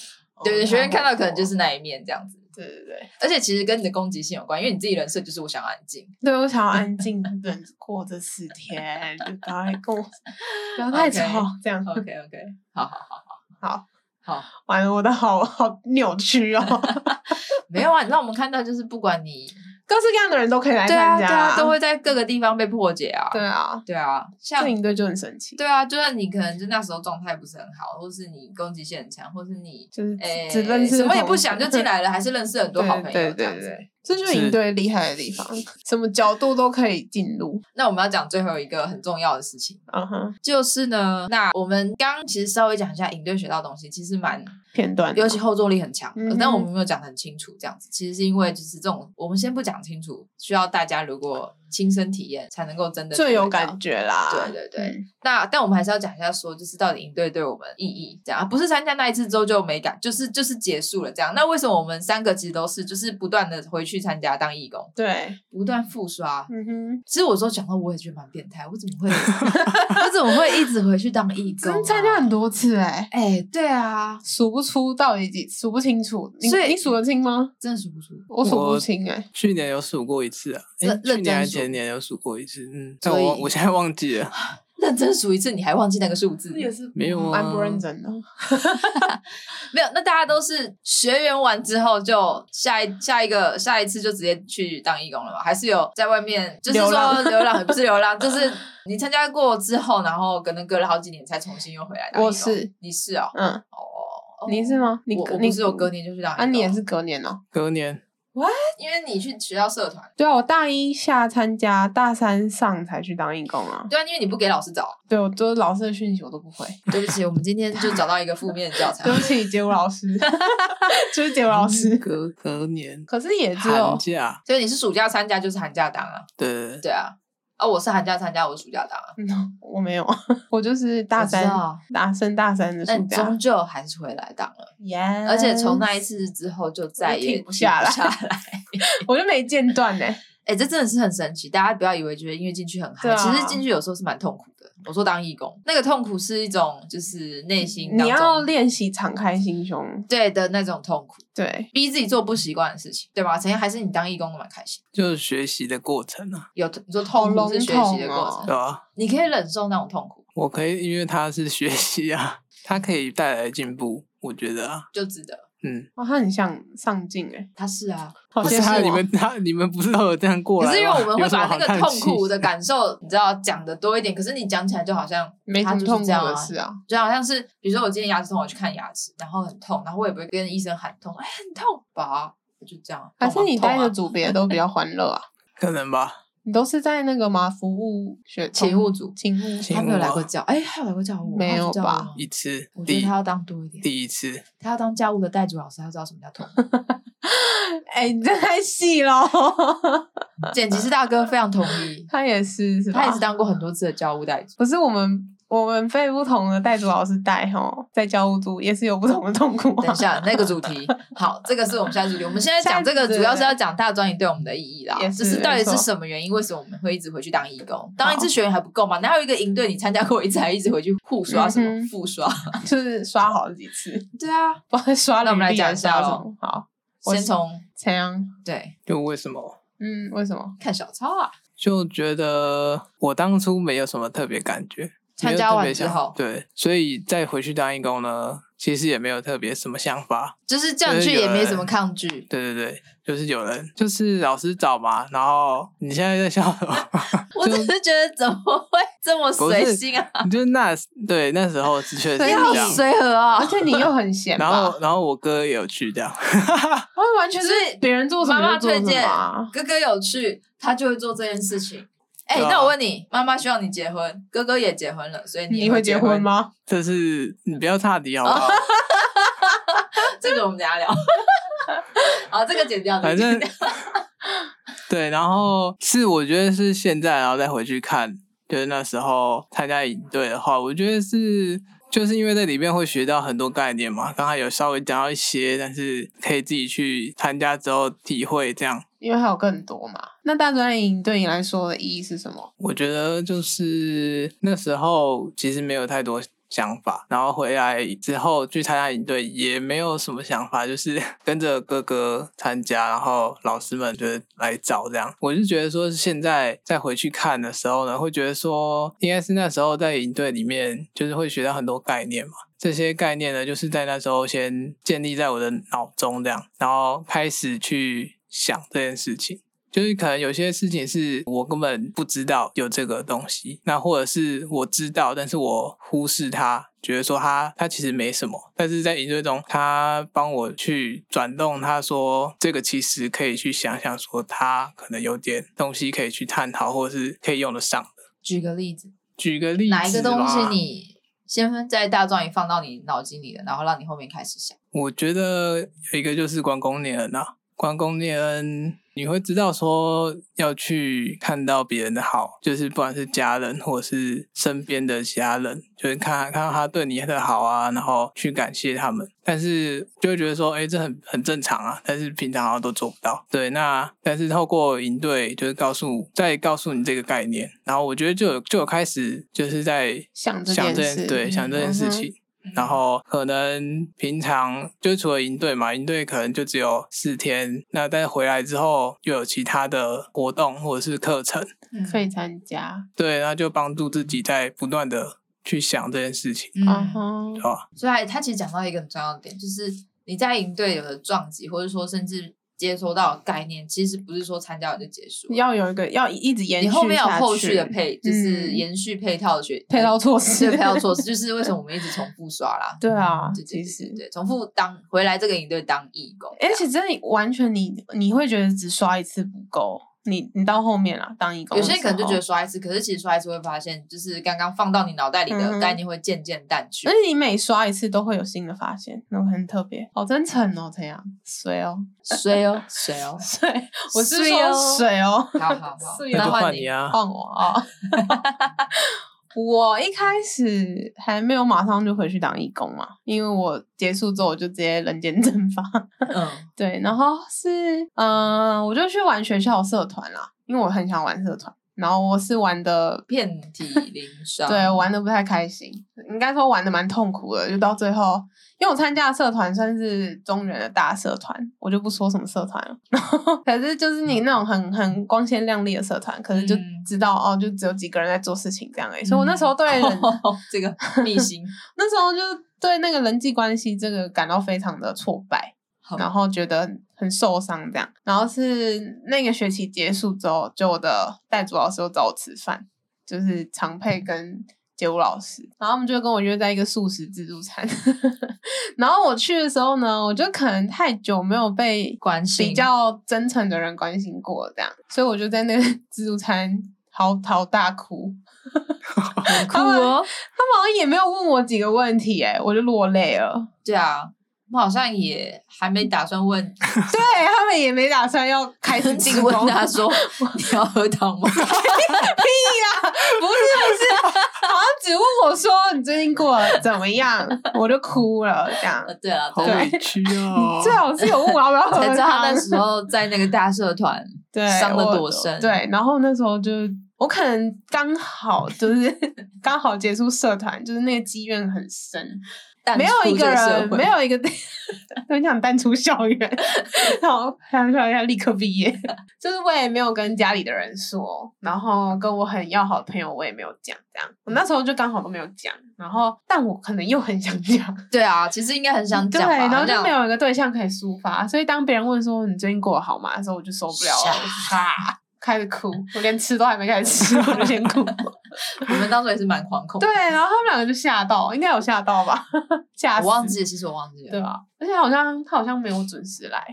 Speaker 1: 对对，
Speaker 2: 哦
Speaker 1: 学员看到
Speaker 2: 他
Speaker 1: 可能就
Speaker 2: 活
Speaker 1: 是那一面这样子。
Speaker 2: 泼对对对，
Speaker 1: 而且其实跟你的攻击性有关，因为你自己人设就是我想安静，
Speaker 2: 对我想要安静忍过这四天，就不要来跟我不要太
Speaker 1: OK
Speaker 2: 吵，这样
Speaker 1: OK OK，好好好
Speaker 2: 好。
Speaker 1: 好，
Speaker 2: 完了，我的好 好 扭曲哦，
Speaker 1: 没有啊，你让我们看到就是不管 你
Speaker 2: 各式各样的人都可以来
Speaker 1: 对啊
Speaker 2: 参
Speaker 1: 对
Speaker 2: 加，
Speaker 1: 啊，都会在各个地方被破解啊，
Speaker 2: 对啊，
Speaker 1: 对啊，像
Speaker 2: 摄影队就很神奇，
Speaker 1: 对啊，就算你可能就那时候状态不是很好，或是你攻击性很强，或是你
Speaker 2: 就是只
Speaker 1: 诶
Speaker 2: 只认识
Speaker 1: 哎什么也
Speaker 2: 同
Speaker 1: 不想就进来了，还是认识很多好朋友
Speaker 2: 对对
Speaker 1: 这样
Speaker 2: 对
Speaker 1: 子
Speaker 2: 对，这就是
Speaker 3: 是
Speaker 2: 营队厉害的地方，什么角度都可以进入。
Speaker 1: 那我们要讲最后一个很重要的事情，
Speaker 2: 嗯哼，
Speaker 1: 就是呢，那我们刚刚其实稍微讲一下营队学到的东西，其实蛮，
Speaker 2: 片段
Speaker 1: 尤其后坐力很强，呃
Speaker 2: 嗯哼
Speaker 1: 但我们没有讲得很清楚，这样子其实是因为就是这种，我们先不讲清楚，需要大家如果亲身体验才能够真的
Speaker 2: 最有
Speaker 1: 体会到
Speaker 2: 感觉啦。
Speaker 1: 对对对
Speaker 2: 嗯，
Speaker 1: 那但我们还是要讲一下说就是到底营队对我们意义这样，啊不是参加那一次之后就没感，就是就是结束了这样。那为什么我们三个其实都是就是不断的回去参加当义工，
Speaker 2: 对，
Speaker 1: 不断复刷？
Speaker 2: 嗯哼，
Speaker 1: 其实我说讲到我也觉得蛮变态，我怎么会我怎么会一直回去当义工、啊？
Speaker 2: 真参加很多次哎、
Speaker 1: 哎、对啊，
Speaker 2: 数不出到底几，数不清楚。你
Speaker 1: 所以
Speaker 2: 你数得清吗？
Speaker 1: 真的数不出。
Speaker 2: 我数不
Speaker 3: 我
Speaker 2: 清哎、
Speaker 3: 去年有数过一次啊，诶
Speaker 1: 认认
Speaker 3: 去年还
Speaker 1: 真数
Speaker 3: 前年有数过一次，嗯，但
Speaker 1: 所以
Speaker 3: 我我现在忘记 了，
Speaker 1: 认真数一次，你还忘记那个数字？
Speaker 2: 是
Speaker 3: 没有啊
Speaker 2: 蛮不认真的。
Speaker 1: 没有，那大家都是学员完之后就下一下一个下一次就直接去当义工了吗？还是有在外面就是说
Speaker 2: 流浪
Speaker 1: 流浪，也不是流 浪，就是你参加过之后，然后可能隔了好几年才重新又回来当义工。
Speaker 2: 我是
Speaker 1: 你是哦，
Speaker 2: 嗯，
Speaker 1: 哦，
Speaker 2: 你是吗？你
Speaker 1: 我我
Speaker 2: 你啊
Speaker 1: 不是有隔年就去当义工
Speaker 2: 啊？你也是隔年哦、
Speaker 3: 隔年
Speaker 2: 哇，
Speaker 1: 因为你去学校社团，
Speaker 2: 对啊，我大一下参加，大三上才去当义工啊。
Speaker 1: 对啊，因为你不给老师找。
Speaker 2: 对，我都老师的讯息我都不回。
Speaker 1: 对不起，我们今天就找到一个负面的教材
Speaker 2: 对。不起，杰武老师， 就是杰武老师。
Speaker 3: 隔隔年
Speaker 2: 可是也只有
Speaker 3: 寒假，
Speaker 1: 所以你是暑假参加就是寒假当啊，
Speaker 3: 对，
Speaker 1: 对啊。啊，我是寒假参加，我是暑假当啊。
Speaker 2: 嗯，我没有，我就是大
Speaker 1: 我知
Speaker 2: 三
Speaker 1: 道，
Speaker 2: 大升大三的
Speaker 1: 那
Speaker 2: 暑
Speaker 1: 你
Speaker 2: 假
Speaker 1: 终，究还是回来当了，
Speaker 2: Yes
Speaker 1: 而且从那一次之后就再也
Speaker 2: 嗯停不下来
Speaker 1: 停不下来。
Speaker 2: 我就没间断欸 呢。
Speaker 1: 哎、这真的是很神奇，大家不要以为觉得音乐进去很嗨，
Speaker 2: 对啊
Speaker 1: 其实进去有时候是蛮痛苦的。我说当义工，那个痛苦是一种就是内心
Speaker 2: 你
Speaker 1: 当
Speaker 2: 要
Speaker 1: 中
Speaker 2: 练习敞开心胸，
Speaker 1: 对的那种痛苦，
Speaker 2: 对，
Speaker 1: 逼自己做不习惯的事情，对吧？曾经还是你当义工都蛮开心，
Speaker 3: 就是学习的过程啊，
Speaker 1: 有你说痛苦是学习的
Speaker 2: 好笼
Speaker 1: 过程，
Speaker 2: 统哦
Speaker 3: 对吧？
Speaker 1: 你可以忍受那种痛苦，
Speaker 3: 我可以，因为它是学习啊，它可以带来进步，我觉得啊，
Speaker 1: 就值得。
Speaker 3: 嗯，
Speaker 2: 哇，他很像上进哎，
Speaker 1: 他是啊，
Speaker 2: 好
Speaker 3: 不是
Speaker 2: 羡慕
Speaker 3: 他
Speaker 2: 哦
Speaker 3: 你们他你们不是都有这样过
Speaker 1: 可
Speaker 3: 来吗？
Speaker 1: 是因为我们会
Speaker 3: 有什么
Speaker 1: 把
Speaker 3: 好
Speaker 1: 那个
Speaker 3: 叹
Speaker 1: 痛
Speaker 3: 气
Speaker 1: 苦 的感受，你知道讲的多一点，可是你讲起来就好像
Speaker 2: 没什
Speaker 1: 他
Speaker 2: 么
Speaker 1: 就
Speaker 2: 痛
Speaker 1: 是
Speaker 2: 苦
Speaker 1: 这样
Speaker 2: 的
Speaker 1: 啊，
Speaker 2: 事啊。
Speaker 1: 就好像是，比如说我今天牙齿痛，我去看牙齿，然后很痛，然后我也不会跟医生喊痛，哎，很痛吧，就这样。
Speaker 2: 还是你待的
Speaker 1: 的
Speaker 2: 组别都比较欢乐啊？
Speaker 3: 可能吧，
Speaker 2: 你都是在那个吗？服务学哦
Speaker 1: 勤务组
Speaker 2: 勤务
Speaker 3: 勤
Speaker 1: 他没有来过
Speaker 3: 务啊
Speaker 1: 教，哎，他有来过教务吗，
Speaker 2: 没
Speaker 1: 他
Speaker 2: 有
Speaker 1: 教务
Speaker 2: 吧
Speaker 1: 吗
Speaker 3: 一次
Speaker 1: 我，觉
Speaker 3: 第
Speaker 1: 得他要当多一点，
Speaker 3: 第一次，
Speaker 1: 他要当教务的代主老师，他知道什么叫 痛。
Speaker 2: 哎、你这太细喽。
Speaker 1: 剪辑师大哥非常同 意，
Speaker 2: 他也是，是吧？
Speaker 1: 他也是当过很多次的教务代主。
Speaker 2: 不是我们我们被不同的带组老师带吼，在教务组也是有不同的痛苦、
Speaker 1: 等
Speaker 2: 啊
Speaker 1: 一。下，那个主题，好，这个是我们下一个主题。我们现在讲这个，
Speaker 2: 下一次
Speaker 1: 主要是要讲大专营对我们的意义啦，
Speaker 2: 也是
Speaker 1: 就是到底是
Speaker 2: 没错
Speaker 1: 什么原因，为什么我们会一直回去当义工？当一次学员还不够吗？哪有一个营队你参加过一次，还一直回去互刷什
Speaker 2: 嗯
Speaker 1: 么
Speaker 2: 哼
Speaker 1: 复刷？
Speaker 2: 就是刷好几次，
Speaker 1: 对啊，
Speaker 2: 不知道在刷
Speaker 1: 那我们
Speaker 2: 履历
Speaker 1: 来
Speaker 2: 还是
Speaker 1: 讲一下
Speaker 2: 刷什
Speaker 1: 咯
Speaker 2: 么好，我
Speaker 1: 先从
Speaker 2: 怎样？
Speaker 1: 对
Speaker 3: 就为什么？
Speaker 2: 嗯，为什么？
Speaker 1: 看小抄啊，
Speaker 3: 就觉得我当初没有什么特别感觉，没有
Speaker 1: 参加
Speaker 3: 特
Speaker 1: 完
Speaker 3: 别
Speaker 1: 之
Speaker 3: 想
Speaker 1: 后
Speaker 3: 对，所以再回去当义工呢，其实也没有特别什么想法。
Speaker 1: 就是这样去也
Speaker 3: 欸
Speaker 1: 没什么抗 拒。
Speaker 3: 对对对，就是有人，就是老师找嘛，然后你现在在笑什么？
Speaker 1: 我只是觉得怎么会这么随心啊？
Speaker 3: 你就是那对那时候的确是
Speaker 2: 所
Speaker 3: 这
Speaker 2: 以
Speaker 1: 你
Speaker 2: 你
Speaker 1: 好
Speaker 3: 样。
Speaker 1: 随和啊
Speaker 2: 而！且你又很 闲吧，
Speaker 3: 然后然后我哥也有去这样，
Speaker 2: 我完全是
Speaker 1: 所以
Speaker 2: 别人做什
Speaker 1: 妈
Speaker 2: 么
Speaker 1: 妈
Speaker 2: 就做
Speaker 1: 推
Speaker 2: 什么
Speaker 1: 荐
Speaker 2: 啊。
Speaker 1: 哥哥有去，他就会做这件事情。 哎、
Speaker 3: 对啊
Speaker 1: 那我问你，妈妈希望你结婚，哥哥也结婚了，所以你
Speaker 2: 你
Speaker 1: 也
Speaker 2: 会
Speaker 1: 结
Speaker 2: 结婚？吗？
Speaker 3: 这是你不要岔题好不
Speaker 2: 哦
Speaker 3: 好？
Speaker 1: 这个我们等一下 聊。好，这个剪掉。
Speaker 3: 反
Speaker 1: 这个
Speaker 3: 正
Speaker 1: 剪掉
Speaker 3: 对，然后是我觉得是现在，然后再回去看，就是那时候参加营队的话，我觉得是就是因为在里面会学到很多概念嘛，刚才有稍微讲到一些，但是可以自己去参加之后体会这样。
Speaker 2: 因为还有更多嘛。那大专营对你来说的意义是什么？
Speaker 3: 我觉得就是那时候其实没有太多想法，然后回来之后去参加营队也没有什么想法，就是 跟着哥哥参加，然后老师们就是来找这样。我是觉得说现在再回去看的时候呢，会觉得说应该是那时候在营队里面就是会学到很多概念嘛。这些概念呢，就是在那时候先建立在我的脑中，这样，然后开始去想这件事情。就是可能有些事情是我根本不知道有这个东西，那或者是我知道，但是我忽视它，觉得说它它其实没什么。但是在营队中，他帮我去转动，他说这个其实可以去想想，说它可能有点东西可以去探讨，或者是可以用得上的。
Speaker 1: 举个例子，
Speaker 3: 举个例子吧，
Speaker 1: 哪一个东西你先在大壮营放到你脑筋里了，然后让你后面开始想？
Speaker 3: 我觉得有一个就是关公念恩啊，关公念恩，你会知道说要去看到别人的好，就是不管是家人或者是身边的其他人，就是看看到他对你的好啊，然后去感谢他们。但是就会觉得说，哎、这很很正常啊，但是平常好像都做不到。对，那但是透过营队，就是告诉再告诉你这个概念，然后我觉得就有就有开始就是在
Speaker 2: 想这
Speaker 3: 想
Speaker 2: 件
Speaker 3: 这
Speaker 2: 事，
Speaker 3: 件对想这件事
Speaker 2: 嗯哼
Speaker 3: 情。然后可能平常就除了营队嘛，营队可能就只有四天，那但是回来之后又有其他的活动或者是课程，
Speaker 1: 嗯
Speaker 2: 可以参加。
Speaker 3: 对，那就帮助自己在不断的去想这件事情，
Speaker 2: 嗯
Speaker 1: 嗯，
Speaker 2: 哼
Speaker 3: 对，吧？
Speaker 1: 所以他他其实讲到一个很重要的点，就是你在营队有的撞击，或者说甚至接收到的概念，其实不是说参加完就结束了，
Speaker 2: 要有一个要一直延续
Speaker 1: 你后面有
Speaker 2: 下
Speaker 1: 后
Speaker 2: 去
Speaker 1: 续的配，就是
Speaker 2: 嗯
Speaker 1: 延续配套的学
Speaker 2: 配套措
Speaker 1: 对
Speaker 2: 施，。
Speaker 1: 配套 措施，就是为什么我们一直重复刷啦
Speaker 2: 对啊，
Speaker 1: 对对
Speaker 2: 其
Speaker 1: 对
Speaker 2: 实
Speaker 1: 对，对重复当回来这个营队当义工，
Speaker 2: 而且真的完全你你会觉得只刷一次不够，你你到后面啦当义工
Speaker 1: 有
Speaker 2: 的时
Speaker 1: 些
Speaker 2: 候，
Speaker 1: 人可能就觉得刷一次，可是其实刷一次会发现，就是刚刚放到你脑袋里
Speaker 2: 嗯
Speaker 1: 的
Speaker 2: 哼嗯
Speaker 1: 概念会渐渐淡去。
Speaker 2: 而且你每刷一次都会有新的发现，那种很特别，好真诚哦，这样水哦，
Speaker 1: 水哦，水哦，
Speaker 2: 水，我是
Speaker 1: 水
Speaker 2: 说
Speaker 1: 哦
Speaker 2: 水哦，
Speaker 1: 好好好那
Speaker 2: 是，有
Speaker 3: 那就
Speaker 1: 换
Speaker 3: 换
Speaker 1: 你哦
Speaker 3: 你。啊，
Speaker 2: 换我啊、 我一开始还没有马上就回去当义工嘛，因为我结束之后我就直接人间蒸发。
Speaker 1: 嗯，
Speaker 2: 对，然后是嗯、呃我就去玩学校社团啦，因为我很想玩社团，然后我是玩的。
Speaker 1: 遍体鳞伤。
Speaker 2: 对，玩的不太开心，应该说玩的蛮痛苦的。就到最后，因为我参加的社团算是中原的大社团，我就不说什么社团了。 然后，可是就是你那种很很光鲜亮丽的社团，可是就
Speaker 1: 嗯
Speaker 2: 知道、哦，就只有几个人在做事情这样而已。所以我那时候对人，
Speaker 1: 哦这个秘 辛，
Speaker 2: 那时候就对那个人际关系这个感到非常的挫败。
Speaker 1: 好
Speaker 2: 然后觉得很受伤这样。然后是那个学期结束之后，就我的带组老师又找我吃饭，就是常佩跟街舞老师，然后他们就跟我约在一个素食自助餐。 然后我去的时候呢，我就可能太久没有被
Speaker 1: 关心
Speaker 2: 比较真诚的人关心过这样，所以我就在那个 自助餐嚎啕大哭。
Speaker 1: 很酷
Speaker 2: 他们
Speaker 1: 哦。
Speaker 2: 他们好像也没有问我几个问题、欸，我就落泪了。
Speaker 1: 对啊，我好像也还没打算问，
Speaker 2: 对他们也没打算要开 始进
Speaker 1: 只
Speaker 2: 攻
Speaker 1: 问，他说你要喝汤吗？
Speaker 2: 不是不是，好像只问我说你最近过得怎么样，我就哭了这样。
Speaker 1: 呃对啊，
Speaker 3: 好
Speaker 1: 对啊。
Speaker 3: 委屈哦，
Speaker 2: 你。最好是有问我要不要喝
Speaker 1: 才知道他
Speaker 2: 汤
Speaker 1: 那，时候在那个大社团，
Speaker 2: 对，
Speaker 1: 伤得
Speaker 2: 我
Speaker 1: 多深
Speaker 2: 对，然后那时候就我可能刚好就是 刚好结束社团，就是那个积怨很深，
Speaker 1: 淡
Speaker 2: 没有
Speaker 1: 出
Speaker 2: 一
Speaker 1: 这
Speaker 2: 个
Speaker 1: 社
Speaker 2: 人，
Speaker 1: 会
Speaker 2: 没有一个，很想淡出校园，然后想校园立刻毕业， 就是我也没有跟家里的人说，然后跟我很要好的朋友我也没有讲，这样我那时候就刚好都没有讲，然后但我可能又很想 讲，
Speaker 1: 对啊，其实应该很想
Speaker 2: 对，
Speaker 1: 讲吧，
Speaker 2: 然后就
Speaker 1: 这
Speaker 2: 没
Speaker 1: 样
Speaker 2: 有一个对象可以抒发，所以当别人问说你最近过得好吗的时候，我就受不了了，我就啊开始哭，我连吃都还没开始吃，我 就先哭。
Speaker 1: 我们当时也是蛮惶恐的
Speaker 2: 对，，然后他们两个就吓到，应该有吓到吧？ 吓死！
Speaker 1: 我忘记了，其实我忘记
Speaker 2: 对
Speaker 1: 了，
Speaker 2: 啊，而且好像他好像没有准时来，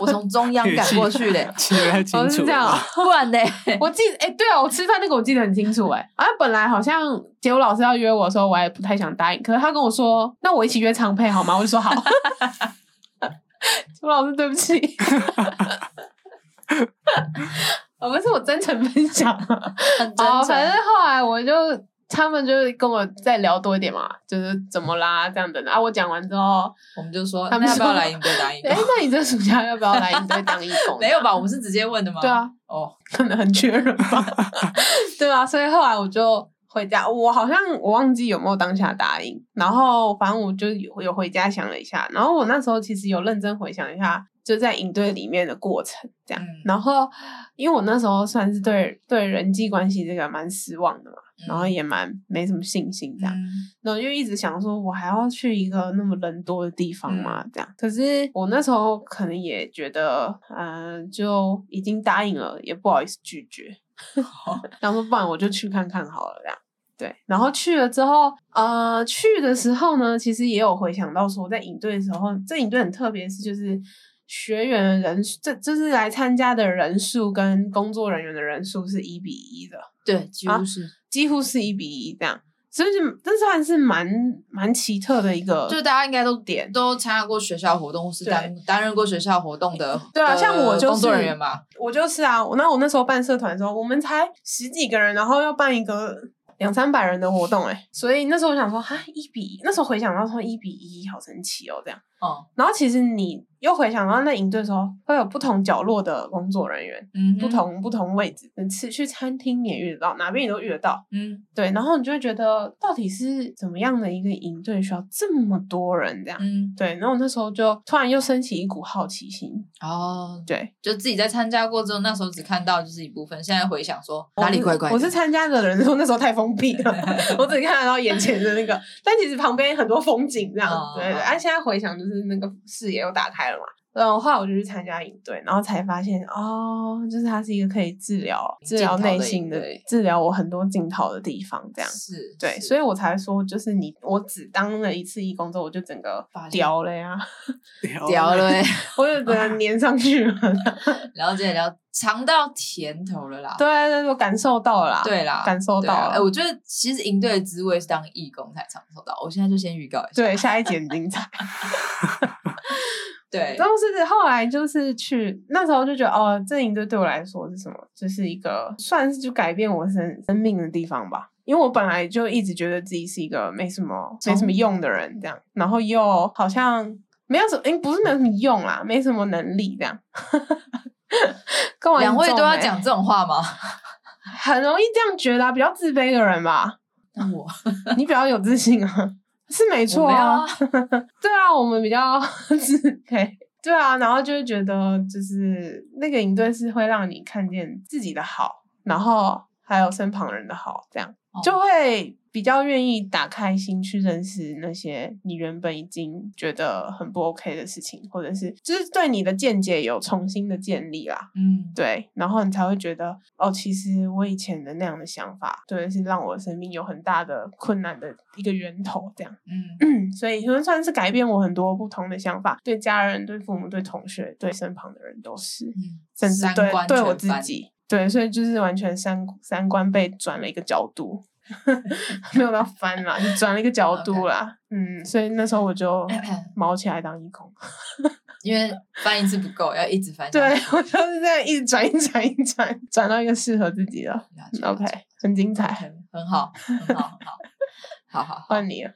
Speaker 1: 我从中央赶过去嘞
Speaker 3: 记得太清
Speaker 2: 哦
Speaker 3: 楚
Speaker 2: 是这样
Speaker 3: 了
Speaker 2: 啊。
Speaker 1: 不然 嘞，
Speaker 2: 我记哎、对啊，我吃饭那个我记得很清楚哎、啊，本来好像杰武老师要约我的时候，我还不太想答应，可是他跟我说，那我一起约常配好吗？我就说好。 杰武老师，对不起。我哦们是我真诚分享啊，
Speaker 1: 很真
Speaker 2: 哦，反
Speaker 1: 诚
Speaker 2: 正。后来我就他们就跟我再聊多一点嘛，就是怎么啦这样等等啊。我讲完之后，
Speaker 1: 我们就说，
Speaker 2: 他
Speaker 1: 那
Speaker 2: 们
Speaker 1: 要不要
Speaker 2: 说
Speaker 1: 来营队打 营
Speaker 2: 哎、？那你这暑假要不要来你队当义工？
Speaker 1: 没有吧？我们是直接问的吗？
Speaker 2: 对，啊，
Speaker 1: 哦，
Speaker 2: 可能很缺人吧，对啊，所以后来我就回家，我好像我忘记有没有当下答应，然后反正我就有有回家想了一下，然后我那时候其实有认真回想一下，就在营队里面的过程这样，
Speaker 1: 嗯
Speaker 2: 然后因为我那时候算是对对人际关系这个蛮失望的嘛，然后
Speaker 1: 嗯
Speaker 2: 也蛮没什么信心这样，
Speaker 1: 嗯
Speaker 2: 然后就一直想说，我还要去一个那么人多的地方嘛，这样。可是我那时候可能也觉得，嗯、就已经答应了，也不好意思拒绝。然后说，不然我就去看看好了，这样。对，然后去了之后，呃，去的时候呢，其实也有回想到说，在营队的时候，这营队很特别，是就是学员的人数，这就是来参加的人数跟工作人员的人数是一比一的。
Speaker 1: 对，几
Speaker 2: 啊
Speaker 1: 乎是，
Speaker 2: 几乎是一比一这样，所以就这算是蛮蛮奇特的一个
Speaker 1: 就大家应该都
Speaker 2: 点。
Speaker 1: 都参加过学校活动，或是担担任过学校活动的，
Speaker 2: 对啊
Speaker 1: 的
Speaker 2: 像我就是
Speaker 1: 工作人员嘛，
Speaker 2: 我就是啊，我那我那时候办社团的时候，我们才十几个人，然后要办一个两三百人的活动、欸，哎，所以那时候我想说，哈，一比一，那时候回想到说一比一，好神奇哦，这样。
Speaker 1: 嗯
Speaker 2: 然后其实你又回想到那营队的时候，会有不同角落的工作人员，
Speaker 1: 嗯哼，
Speaker 2: 不同不同位置，你去去餐厅你也遇得到，哪边你都遇得到。
Speaker 1: 嗯
Speaker 2: 对，然后你就会觉得，到底是怎么样的一个营队需要这么多人这样？
Speaker 1: 嗯，
Speaker 2: 对，然后那时候就突然又升起一股好奇心，
Speaker 1: 哦，
Speaker 2: 对，
Speaker 1: 就自己在参加过之后，那时候只看到就是一部分，现在回想说哪里怪怪的，
Speaker 2: 哦我是参加的人，说那时候太封闭 了，我只看得到眼前的那个，但其实旁边很多风景这样。
Speaker 1: 哦
Speaker 2: 对对，啊，现在回想就是那个视野又打开了嘛，然后后来我就去参加营队，然后才发现哦，就是它是一个可以治疗、治
Speaker 1: 镜
Speaker 2: 疗
Speaker 1: 头的
Speaker 2: 内心的
Speaker 1: 营队、
Speaker 2: 治疗我很多镜头的地方，这样。
Speaker 1: 是，
Speaker 2: 对，
Speaker 1: 是
Speaker 2: 所以我才说，就是你，我只当了一次义工之后，我就整个
Speaker 1: 发现
Speaker 2: 屌了呀，
Speaker 1: 聊
Speaker 2: 哦
Speaker 1: 了、欸，
Speaker 2: 我就整个粘上去了。
Speaker 1: 了解了，尝到甜头了啦。
Speaker 2: 对对，我感受到了啦，
Speaker 1: 对啦，
Speaker 2: 感受
Speaker 1: 对
Speaker 2: 到
Speaker 1: 啊
Speaker 2: 了。
Speaker 1: 哎、我觉得其实营队的滋味是当义工才尝受到。我现在就先预告一下。
Speaker 2: 对，下一集很精彩。
Speaker 1: 对
Speaker 2: 然后是后来就是去那时候就觉得哦，这营队对我来说是什么？就是一个算是就改变我生生命的地方吧。因为我本来就一直觉得自己是一个没什么没什么用的人，这样，然后又好像没有什么，哎、不是没有什么用啦，没什么能力这样。 跟我
Speaker 1: 两位都要
Speaker 2: 讲。
Speaker 1: 讲这种话吗？
Speaker 2: 欸 很容易这样觉得、啊，比较自卑的人吧，
Speaker 1: 那我
Speaker 2: 你比较有自信啊，是嗯没错
Speaker 1: 我没有啊
Speaker 2: 对啊，我们比较自卑，对啊，然后就会觉得就是那个营队是会让你看见自己的好，然后还有身旁人的好，这样
Speaker 1: 哦
Speaker 2: 就会比较愿意打开心去认识那些你原本已经觉得很不 OK 的事情，或者是就是对你的见解有重新的建立啦。
Speaker 1: 嗯，
Speaker 2: 对，然后你才会觉得哦，其实我以前的那样的想法，对，是让我的生命有很大的困难的一个源头，这样，
Speaker 1: 嗯，
Speaker 2: 所以就算是改变我很多不同的想法，对家人、对父母、对同学、对身旁的人都是，
Speaker 1: 嗯，
Speaker 2: 甚至
Speaker 1: 三
Speaker 2: 对
Speaker 1: 观
Speaker 2: 对
Speaker 1: 全
Speaker 2: 我自
Speaker 1: 翻
Speaker 2: 己，对，所以就是完全三三观被转了一个角度， 没有到翻啦，就转了一个角度
Speaker 1: OK 哎
Speaker 2: 啦嗯，所以那时候我就毛起来当义工。
Speaker 1: 因为翻一次不够，要一直翻
Speaker 2: 对
Speaker 1: 下去。
Speaker 2: 我就是这样一直转、一直转、一直转，转到一个适合自己的。
Speaker 1: 了解了解
Speaker 2: OK，很精
Speaker 1: OK，
Speaker 2: 彩，
Speaker 1: 很好，很好，很好，好好好
Speaker 2: 换你了。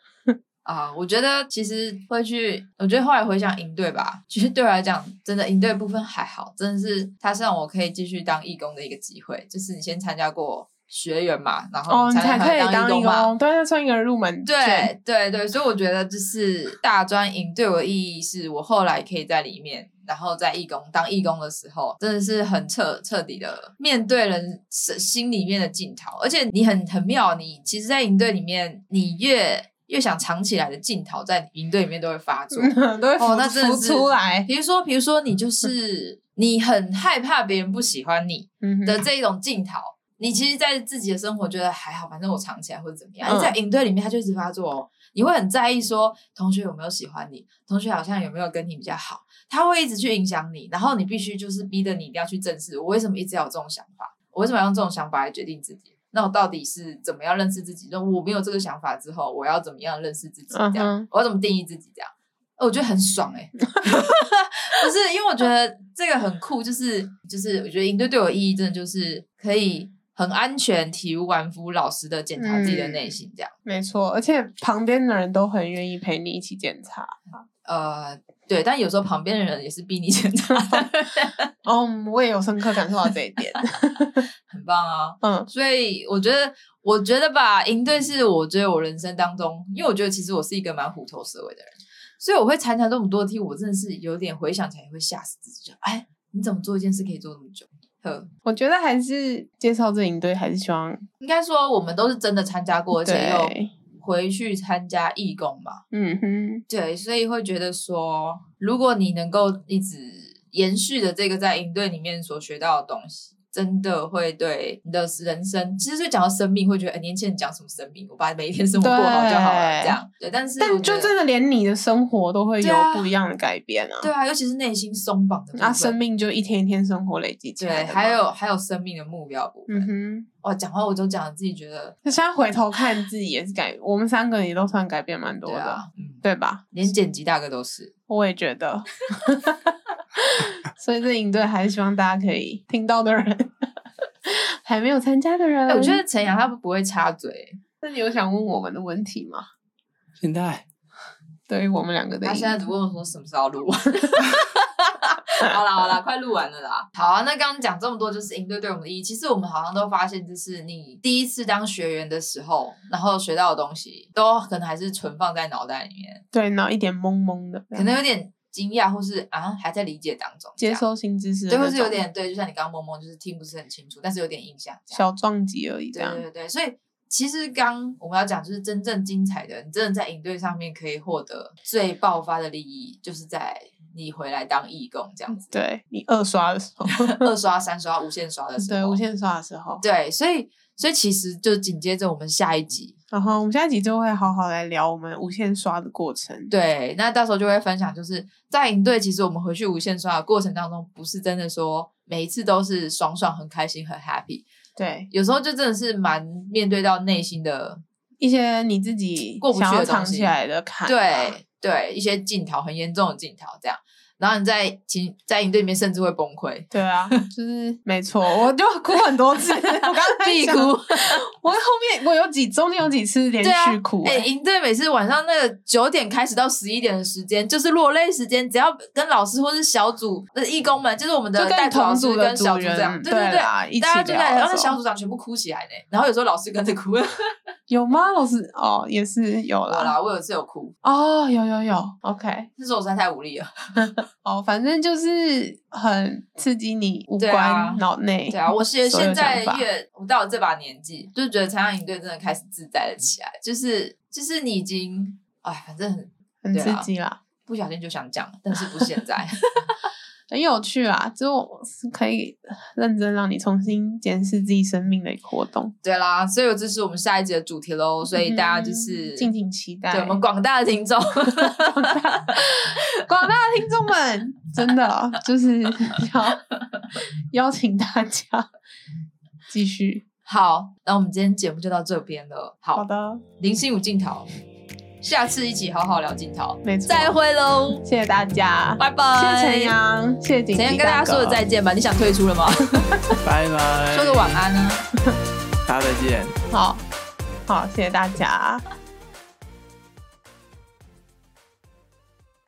Speaker 1: 啊、我觉得其实会去，我觉得后来回想营队吧，其实对我来讲，真的营队的部分还好，真的是它是让我可以继续当义工的一个机会，就是你先参加过学员嘛，然后
Speaker 2: 哦，
Speaker 1: 你
Speaker 2: 你
Speaker 1: 才能
Speaker 2: 才可
Speaker 1: 回
Speaker 2: 以
Speaker 1: 来当
Speaker 2: 当
Speaker 1: 义工
Speaker 2: 义
Speaker 1: 嘛，
Speaker 2: 工，对，那算一个入门券。
Speaker 1: 对对对，所以我觉得就是大专营对我的意义是我后来可以在里面，然后在义工当义工的时候，真的是很彻彻底的面对人是心里面的镜头，而且你很很妙，你其实，在营队里面，你越越想藏起来的镜头，在营队里面都会发作。
Speaker 2: 都会
Speaker 1: 哦那
Speaker 2: 浮
Speaker 1: 真的
Speaker 2: 浮
Speaker 1: 是
Speaker 2: 出来。
Speaker 1: 比如说，比如说，你就是你很害怕别人不喜欢你，
Speaker 2: 嗯哼
Speaker 1: 的这一种镜头，你其实，在自己的生活觉得还好，反正我藏起来或者怎么样。
Speaker 2: 嗯
Speaker 1: 在营队里面，他就一直发作、哦，你会很在意说同学有没有喜欢你，同学好像有没有跟你比较好，他会一直去影响你，然后你必须就是逼着你一定要去正视我为什么一直要有这种想法，我为什么要用这种想法来决定自己。那我到底是怎么样认识自己？那我没有这个想法之后，我要怎么样认识自己？这样
Speaker 2: 嗯哼
Speaker 1: 我要怎么定义自己？这样，呃我觉得很爽哎、不是，因为我觉得这个很酷，就是就是，我觉得营队对我意义真的就是可以很安全、体无完肤、老实的检查自己的内心，这样。
Speaker 2: 没错，而且旁边的人都很愿意陪你一起检查。
Speaker 1: 呃，对，但有时候旁边的人也是逼你检查，
Speaker 2: 哦，我也有深刻感受到这一点。
Speaker 1: 很棒啊。
Speaker 2: 嗯，
Speaker 1: 所以我觉得，我觉得吧，营队是我觉得我人生当中，因为我觉得其实我是一个蛮虎头蛇尾的人，所以我会参加这么多梯，我真的是有点回想起来会吓死自己，就哎，你怎么做一件事可以做那么久？呵，
Speaker 2: 我觉得还是介绍这营队，还是希望
Speaker 1: 应该说我们都是真的参加过，而且又
Speaker 2: 对，
Speaker 1: 回去参加义工嘛，
Speaker 2: 嗯哼，
Speaker 1: 对，所以会觉得说，如果你能够一直延续的这个在营队里面所学到的东西，真的会对你的人生，其实就讲到生命，会觉得，哎、年轻人讲什么生命，我把每一天生活过好就好了，
Speaker 2: 对
Speaker 1: 这样，对，但是我觉
Speaker 2: 但就
Speaker 1: 得
Speaker 2: 真的连你的生活都会
Speaker 1: 对
Speaker 2: 有
Speaker 1: 啊
Speaker 2: 不一样的改变啊。
Speaker 1: 对啊，尤其是内心松绑的部分，
Speaker 2: 那啊生命就一天一天生活累积起来
Speaker 1: 对，
Speaker 2: 的嘛。
Speaker 1: 还有还有生命的目标部分，
Speaker 2: 嗯哼，
Speaker 1: 哇，讲话我就讲自己觉得，
Speaker 2: 那现在回头看自己也是改，我们三个也都算改变蛮多
Speaker 1: 对
Speaker 2: 的，嗯
Speaker 1: 啊，嗯，
Speaker 2: 对吧？
Speaker 1: 连剪辑大哥都是，
Speaker 2: 我也觉得， 所以这营队还是希望大家可以听到的人，还没有参加的人，
Speaker 1: 哎、我觉得陈阳他不会插嘴，
Speaker 2: 那你有想问我们的问题吗？
Speaker 3: 现在
Speaker 2: 对于我们两个的
Speaker 1: 他
Speaker 2: 营，
Speaker 1: 现在只问我说什么时候 录完。好啦好啦，快录完了啦。好啊，那刚刚讲这么多，就是应对对我们的意义。其实我们好像都发现，就是你第一次当学员的时候，然后学到的东西，都可能还是存放在脑袋里面，
Speaker 2: 对，然后一点懵懵的，
Speaker 1: 可能有点惊讶，或是啊还在理解当中，
Speaker 2: 接受新知识
Speaker 1: 这样，对，
Speaker 2: 的那
Speaker 1: 或
Speaker 2: 种，
Speaker 1: 是有点对，就像你刚刚懵懵，就是听不是很清楚，但是有点印象，这样
Speaker 2: 小撞击而已，这
Speaker 1: 对
Speaker 2: 样
Speaker 1: 对对，所以其实刚我们要讲就是真正精彩的，你真的在营队上面可以获得最爆发的利益，就是在你回来当义工这样 子，
Speaker 2: 对你二刷的时候，
Speaker 1: 二刷、三刷、无限刷的时候，
Speaker 2: 对无限刷的时候，
Speaker 1: 对，所以所以其实就紧接着我们下一集，
Speaker 2: 然后我们下一集就会好好来聊我们无限刷的过程。
Speaker 1: 对，那到时候就会分享，就是在营队，其实我们回去无限刷的过程当中，不是真的说每一次都是爽爽、很开心、很 happy，
Speaker 2: 对，
Speaker 1: 有时候就真的是蛮面对到内心的，
Speaker 2: 一些你自己
Speaker 1: 过不去的
Speaker 2: 想要
Speaker 1: 东
Speaker 2: 藏
Speaker 1: 西
Speaker 2: 起来的坎、啊，
Speaker 1: 对对，一些镜头很严重的镜头这样，然后你在情在营队里面甚至会崩溃，
Speaker 2: 对啊，就是没错，我就哭很多次，我刚才
Speaker 1: 必
Speaker 2: 讲
Speaker 1: 哭，
Speaker 2: 我后面我有几中间有几次连
Speaker 1: 对啊
Speaker 2: 续哭、
Speaker 1: 哎、
Speaker 2: 欸
Speaker 1: 营队每次晚上那个九点开始到十一点的时间，就是落泪时间。只要跟老师或是小组的义工们，就是我们的
Speaker 2: 就
Speaker 1: 带
Speaker 2: 跟
Speaker 1: 头老
Speaker 2: 同
Speaker 1: 师
Speaker 2: 组的
Speaker 1: 跟小
Speaker 2: 组
Speaker 1: 组长，
Speaker 2: 员啊
Speaker 1: 对对对，
Speaker 2: 啦，一起
Speaker 1: 大家就在，
Speaker 2: 聊
Speaker 1: 然后
Speaker 2: 的
Speaker 1: 那
Speaker 2: 时
Speaker 1: 小
Speaker 2: 候
Speaker 1: 组长全部哭起来呢。然后有时候老师跟着 哭，我
Speaker 2: 有吗？老师哦，也是有啦，
Speaker 1: 啦，我有一次有哭，
Speaker 2: 哦，有有有，OK，
Speaker 1: 那时候我实在太无力了。
Speaker 2: 哦，反正就是很刺激你五
Speaker 1: 对
Speaker 2: 官、
Speaker 1: 啊
Speaker 2: 脑内，
Speaker 1: 对啊，我是
Speaker 2: 所有
Speaker 1: 现在
Speaker 2: 想法
Speaker 1: 越我到了这把年纪，就觉得参加营队真的开始自在了起来，就是就是你已经哎，反正很
Speaker 2: 很
Speaker 1: 对
Speaker 2: 刺
Speaker 1: 啊
Speaker 2: 激啦，
Speaker 1: 不小心就想讲，但是不是现 在。
Speaker 2: 很有趣啦，只有是可以认真让你重新检视自己生命的一个活动，
Speaker 1: 对啦，所以这是我们下一集的主题喽，所以大家就
Speaker 2: 嗯
Speaker 1: 是、
Speaker 2: 敬请期待，
Speaker 1: 对我们广大的听众，
Speaker 2: 广大的听众们，真的就 是要邀请大家继续。
Speaker 1: 好，那我们今天节目就到这边了。
Speaker 2: 好
Speaker 1: 好，
Speaker 2: 的，
Speaker 1: 林心如镜头，下次一起好好聊镜头，
Speaker 2: 没错，
Speaker 1: 再会喽，
Speaker 2: 谢谢大家，
Speaker 1: 拜拜。
Speaker 2: 谢谢陈，阳，谢谢景
Speaker 1: 陈阳
Speaker 2: 吉
Speaker 1: 跟大家
Speaker 2: 哥
Speaker 1: 说个再见吧，你想退出了 吗？
Speaker 3: 拜拜，
Speaker 1: 说个晚安呢、啊。
Speaker 3: 大家再见。
Speaker 2: 好，好，谢谢大家，